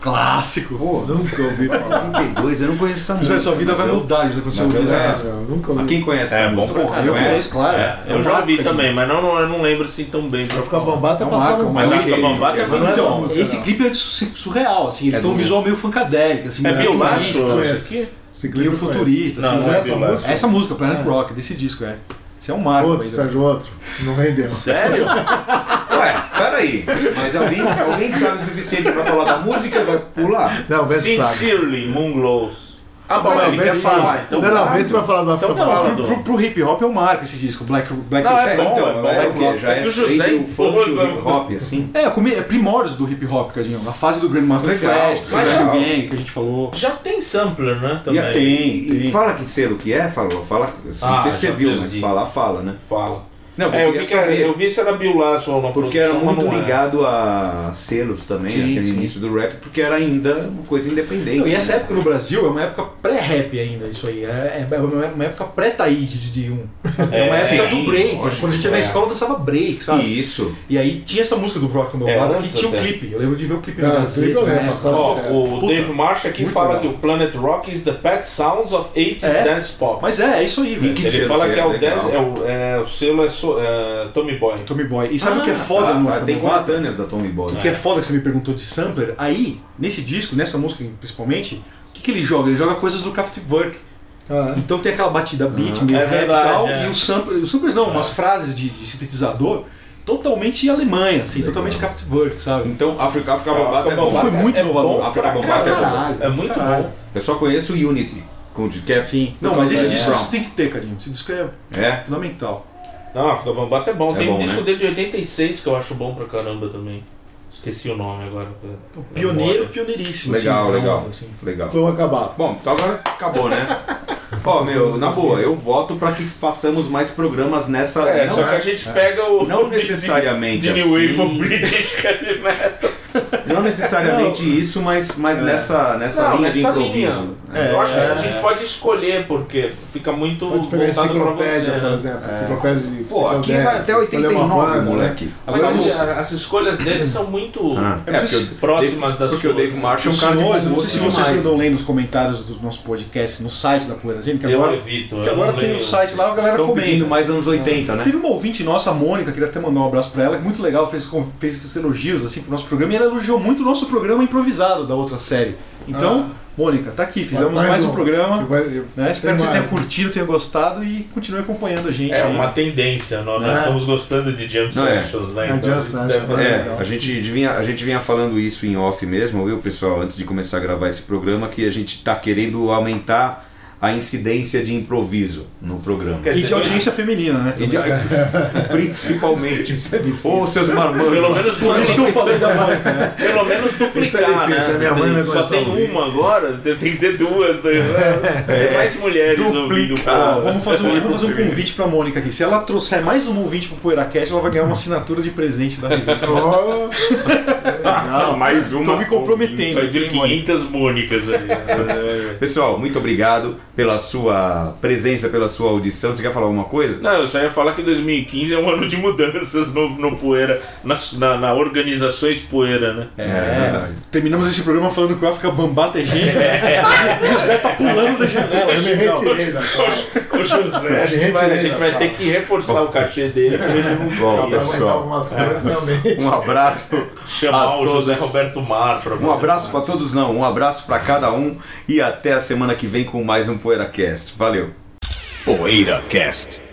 Speaker 4: Clássico.
Speaker 3: Pô, nunca ouvi falar.
Speaker 1: 32, eu não conheço essa música.
Speaker 4: José, sua vida vai
Speaker 1: mas eu-
Speaker 4: mudar, José, quando
Speaker 1: Mas
Speaker 4: você ouvir
Speaker 1: eu-
Speaker 4: essa
Speaker 1: é.
Speaker 4: música.
Speaker 3: Eu nunca
Speaker 1: Mas
Speaker 3: ouvi.
Speaker 1: quem conhece
Speaker 2: É,
Speaker 1: essa
Speaker 2: bom
Speaker 1: música?
Speaker 2: pra
Speaker 4: Ah, Eu
Speaker 1: Conhece?
Speaker 4: conheço, claro.
Speaker 2: É, eu
Speaker 4: um
Speaker 2: já
Speaker 4: marco,
Speaker 2: vi
Speaker 4: gente.
Speaker 2: também, mas não, não, eu não lembro assim tão bem.
Speaker 3: Pra ficar bombado, tá
Speaker 4: É um
Speaker 3: passando
Speaker 4: marco,
Speaker 2: Mas
Speaker 3: mal.
Speaker 1: Mas
Speaker 2: África
Speaker 1: ok,
Speaker 2: Bambata é
Speaker 1: ok.
Speaker 2: muito
Speaker 3: Então,
Speaker 2: bom.
Speaker 3: música,
Speaker 4: Esse
Speaker 3: não.
Speaker 4: clipe é su- surreal, assim. Eles
Speaker 1: É
Speaker 4: têm um
Speaker 1: bonito.
Speaker 4: viola meio funkadélico, assim.
Speaker 2: É
Speaker 4: meio
Speaker 2: violaço
Speaker 4: futurista,
Speaker 2: esse aqui?
Speaker 3: Esse clipe
Speaker 4: Meio
Speaker 3: eu conheço.
Speaker 4: futurista,
Speaker 2: Não,
Speaker 4: assim.
Speaker 3: Mas
Speaker 2: não é
Speaker 3: essa
Speaker 2: violado.
Speaker 3: música.
Speaker 4: Essa música, Planet Rock, desse disco, é. Isso é um marco
Speaker 3: Outro,
Speaker 4: ainda.
Speaker 3: Sérgio, outro. Não rendeu.
Speaker 2: Sério?
Speaker 1: Ué, peraí. Mas alguém, alguém sabe o suficiente pra falar da música e vai pular?
Speaker 3: Não, o Beto sabe.
Speaker 2: Sincerely, Moonglows. Ah, bom,
Speaker 3: Não,
Speaker 2: ele quer
Speaker 3: Beto
Speaker 2: falar.
Speaker 3: sabe.
Speaker 2: Então
Speaker 3: Não, tá não,
Speaker 2: vai.
Speaker 3: Beto vai falar da
Speaker 2: Então
Speaker 3: África.
Speaker 2: fala.
Speaker 4: Pro, pro- pro hip hop é um marco esse disco, Black Black
Speaker 2: Não,
Speaker 1: É,
Speaker 2: bom,
Speaker 1: então,
Speaker 2: é bom,
Speaker 1: é
Speaker 2: é
Speaker 1: o
Speaker 2: bom.
Speaker 1: quê? Já é
Speaker 2: E o José
Speaker 1: straight o funk,
Speaker 2: impôs a-
Speaker 1: o hip hop, assim?
Speaker 4: É, eu come- é primórdios do hip hop, Cadinho. A fase do Grandmaster
Speaker 1: Legal,
Speaker 4: Flash, do
Speaker 1: mas-
Speaker 4: Flash Gang, que a gente falou.
Speaker 2: Já tem sampler, né?
Speaker 1: E
Speaker 2: Também.
Speaker 1: tem, e fala que selo que é, falou, fala, assim,
Speaker 2: Ah,
Speaker 1: não sei se você
Speaker 2: já
Speaker 1: viu, mas
Speaker 2: entendi.
Speaker 1: falar, fala, né?
Speaker 2: Fala.
Speaker 1: Não,
Speaker 2: É, eu, vi que era- eu vi se era Biolaço ou uma
Speaker 1: porque era
Speaker 2: produção,
Speaker 1: muito
Speaker 2: mas não é.
Speaker 1: ligado a selos também,
Speaker 4: Sim,
Speaker 1: aquele
Speaker 4: sim.
Speaker 1: início do rap, porque era ainda uma coisa independente.
Speaker 4: Não, e essa
Speaker 1: né?
Speaker 4: época no Brasil é uma época pré-rap ainda, isso aí. É, é uma- uma época pré-Taíde de D1. sabe? É, uma
Speaker 2: É,
Speaker 4: época
Speaker 2: sim,
Speaker 4: do break.
Speaker 2: lógico,
Speaker 4: Quando a gente ia
Speaker 2: é.
Speaker 4: na escola, dançava break,
Speaker 2: assim,
Speaker 4: sabe?
Speaker 1: E isso,
Speaker 4: E aí tinha essa música do Rock and Roll
Speaker 2: É,
Speaker 4: Basta que
Speaker 2: antes
Speaker 4: tinha um
Speaker 2: até.
Speaker 4: clipe. Eu lembro de ver o clipe
Speaker 3: Ah,
Speaker 4: no
Speaker 3: o
Speaker 4: Brasil. né?
Speaker 3: clipe eu lembro, passava.
Speaker 2: Ó, o
Speaker 4: Puta,
Speaker 2: Dave Marsh aqui
Speaker 4: muito
Speaker 2: fala
Speaker 4: legal.
Speaker 2: que o Planet Rock is the pet sounds of 80s
Speaker 4: É.
Speaker 2: dance pop.
Speaker 4: Mas é, é isso aí, velho.
Speaker 1: que
Speaker 2: Ele
Speaker 1: selo
Speaker 2: fala
Speaker 1: que
Speaker 2: que é
Speaker 1: é?
Speaker 2: o, dance, é
Speaker 1: Legal.
Speaker 2: o, é, o selo é, so, é Tommy Boy.
Speaker 4: Tommy Boy. E sabe o que é foda
Speaker 1: Ah,
Speaker 4: no
Speaker 1: tá,
Speaker 4: Rock
Speaker 1: tem
Speaker 4: and Roll?
Speaker 1: coletâneas da Tommy Boy. né?
Speaker 4: O que é foda que você me perguntou de sampler, aí, nesse disco, nessa música principalmente, o que, que ele joga? Ele joga coisas do Kraftwerk.
Speaker 3: Ah,
Speaker 4: Então tem aquela batida beat, meio
Speaker 2: É
Speaker 4: rap e
Speaker 2: verdade,
Speaker 4: tal,
Speaker 2: é.
Speaker 4: e os samplers, os samplers não, umas frases de, de sintetizador totalmente alemanha, assim,
Speaker 1: Legal.
Speaker 4: totalmente Kraftwerk, sabe?
Speaker 1: Então, África, África
Speaker 2: África
Speaker 1: Bambata é
Speaker 2: Bambata.
Speaker 1: bom.
Speaker 4: Foi muito
Speaker 2: é
Speaker 4: inovador.
Speaker 2: bom
Speaker 1: África
Speaker 2: pra
Speaker 1: Bambata é bom.
Speaker 4: caralho,
Speaker 2: É muito
Speaker 4: caralho.
Speaker 2: bom.
Speaker 1: Eu só conheço o Unity, com, que é...
Speaker 4: Sim. Não, mas esse
Speaker 1: É.
Speaker 4: disco você tem que ter, Cadinho. Esse disco é
Speaker 1: É,
Speaker 4: fundamental.
Speaker 2: Não, África Bambata é bom.
Speaker 1: É
Speaker 2: Tem um
Speaker 1: bom,
Speaker 2: disco
Speaker 1: né?
Speaker 2: dele de 86 que eu acho bom pra caramba também. Esqueci o nome agora.
Speaker 4: O
Speaker 2: É
Speaker 4: pioneiro, pioneiríssimo.
Speaker 1: legal,
Speaker 4: assim,
Speaker 1: legal,
Speaker 4: onda, assim.
Speaker 1: legal.
Speaker 3: vamos acabar.
Speaker 1: Bom, então agora acabou,
Speaker 2: *laughs*
Speaker 1: né? Ó, meu, na boa, eu voto pra que façamos mais programas nessa...
Speaker 2: É,
Speaker 1: não,
Speaker 2: só que a gente pega o.
Speaker 1: né?
Speaker 2: *laughs*
Speaker 1: não necessariamente
Speaker 2: De New Wave
Speaker 1: assim.
Speaker 2: of British é Heavy Metal.
Speaker 1: Não necessariamente isso, mas,
Speaker 2: É.
Speaker 1: mas nessa, nessa
Speaker 2: Não,
Speaker 1: linha de
Speaker 2: nessa
Speaker 1: improviso.
Speaker 3: É,
Speaker 2: eu acho que a
Speaker 3: é.
Speaker 2: gente pode escolher, porque fica muito
Speaker 3: Pode pegar
Speaker 2: voltado pra você.
Speaker 3: enciclopédia, por
Speaker 2: né?
Speaker 3: exemplo. Enciclopédia de
Speaker 1: Pô, aqui
Speaker 3: psicodélica,
Speaker 1: vai até
Speaker 3: escolher uma
Speaker 1: 89,
Speaker 3: banda, né?
Speaker 1: moleque.
Speaker 2: Mas
Speaker 4: Agora
Speaker 2: ele-
Speaker 4: vamos-
Speaker 2: a- as escolhas dele são muito
Speaker 1: Ah,
Speaker 4: Eu não sei se-
Speaker 1: o Dave-
Speaker 2: próximas das
Speaker 1: Porque
Speaker 2: suas.
Speaker 1: o Dave Marsh é um
Speaker 4: Os
Speaker 1: cara de
Speaker 4: senhores, eu não sei
Speaker 1: gosto
Speaker 4: se vocês
Speaker 1: demais.
Speaker 4: andam lendo os comentários dos nossos podcasts no site da Poeira Zine, que
Speaker 2: Eu
Speaker 4: agora,
Speaker 2: evito.
Speaker 4: que
Speaker 2: eu
Speaker 4: agora
Speaker 2: não
Speaker 4: tem o
Speaker 2: leio.
Speaker 4: site lá, a galera
Speaker 1: Estão pedindo
Speaker 4: comenta.
Speaker 1: mais anos 80, né?
Speaker 4: Teve uma ouvinte nossa, a Mônica, queria até mandar um abraço pra ela, que muito legal, fez, com- fez esses elogios assim pro nosso programa, e ela elogiou muito o nosso programa improvisado da outra série. Então, Mônica, tá aqui, fizemos
Speaker 3: Ah. Mais
Speaker 4: mais, um,
Speaker 3: um.
Speaker 4: programa.
Speaker 3: Eu vou- eu-
Speaker 4: né?
Speaker 3: tem
Speaker 4: Espero que você tenha
Speaker 3: mais, né?
Speaker 4: curtido, tenha gostado e continue acompanhando a gente.
Speaker 2: É
Speaker 4: aí.
Speaker 2: uma tendência, nós, nós
Speaker 4: É.
Speaker 2: estamos gostando de jam
Speaker 1: Não é.
Speaker 2: sessions, né?
Speaker 3: É
Speaker 2: Então,
Speaker 3: jam
Speaker 2: a gente
Speaker 3: session,
Speaker 2: deve-
Speaker 3: né?
Speaker 1: É,
Speaker 3: legal.
Speaker 1: a gente, vinha, a gente vinha falando isso em off mesmo, viu, pessoal, antes de começar a gravar esse programa, que a gente tá querendo aumentar a incidência de improviso no programa.
Speaker 2: Quer
Speaker 4: E
Speaker 2: dizer,
Speaker 4: de audiência feminina, né?
Speaker 1: E É de- principalmente. Ou seus
Speaker 2: Pelo
Speaker 1: marmanjos.
Speaker 2: menos
Speaker 4: Por isso que eu
Speaker 2: duplicar,
Speaker 4: falei da Mônica, né?
Speaker 2: pelo menos
Speaker 3: Isso é
Speaker 2: duplicar,
Speaker 3: difícil, a minha mãe
Speaker 2: né?
Speaker 3: vai
Speaker 2: Só
Speaker 3: começar a
Speaker 2: tem
Speaker 3: ouvir.
Speaker 2: uma agora, tem tem que ter duas, né? mais mulheres ouvindo o
Speaker 4: Ó,
Speaker 2: povo.
Speaker 4: vamos, fazer um, vamos fazer um convite pra Mônica aqui. Se ela trouxer mais um ouvinte pro PoeiraCast, ela vai ganhar uma assinatura de presente da revista.
Speaker 3: Oh, legal.
Speaker 1: Mais uma.
Speaker 4: Tô me comprometendo.
Speaker 2: Vai vir
Speaker 4: hein, Mônica?
Speaker 2: 500 Mônicas aí. É.
Speaker 1: Pessoal, muito obrigado pela sua presença, pela sua audição. Você quer falar alguma coisa?
Speaker 2: Não, eu só ia falar que 2015 é um ano de mudanças no, no poeira, nas, na, na organizações poeira, né?
Speaker 4: É, terminamos esse programa falando que o África Bambata é gênio. José tá pulando da janela.
Speaker 3: Eu me
Speaker 4: Legal.
Speaker 3: retirei né? da coisa.
Speaker 2: O José, É. a gente vai, a gente vai ter que reforçar o cachê dele pra ele não
Speaker 1: Bom,
Speaker 3: Pra aguentar
Speaker 1: pessoal,
Speaker 3: algumas coisas realmente.
Speaker 1: um abraço.
Speaker 2: chamar
Speaker 1: a
Speaker 2: o
Speaker 1: todos.
Speaker 2: José Roberto Mar pra fazer
Speaker 1: Um abraço para todos, não. Um abraço para cada um. E até a semana que vem com mais um PoeiraCast. Valeu.
Speaker 5: Poeira Cast.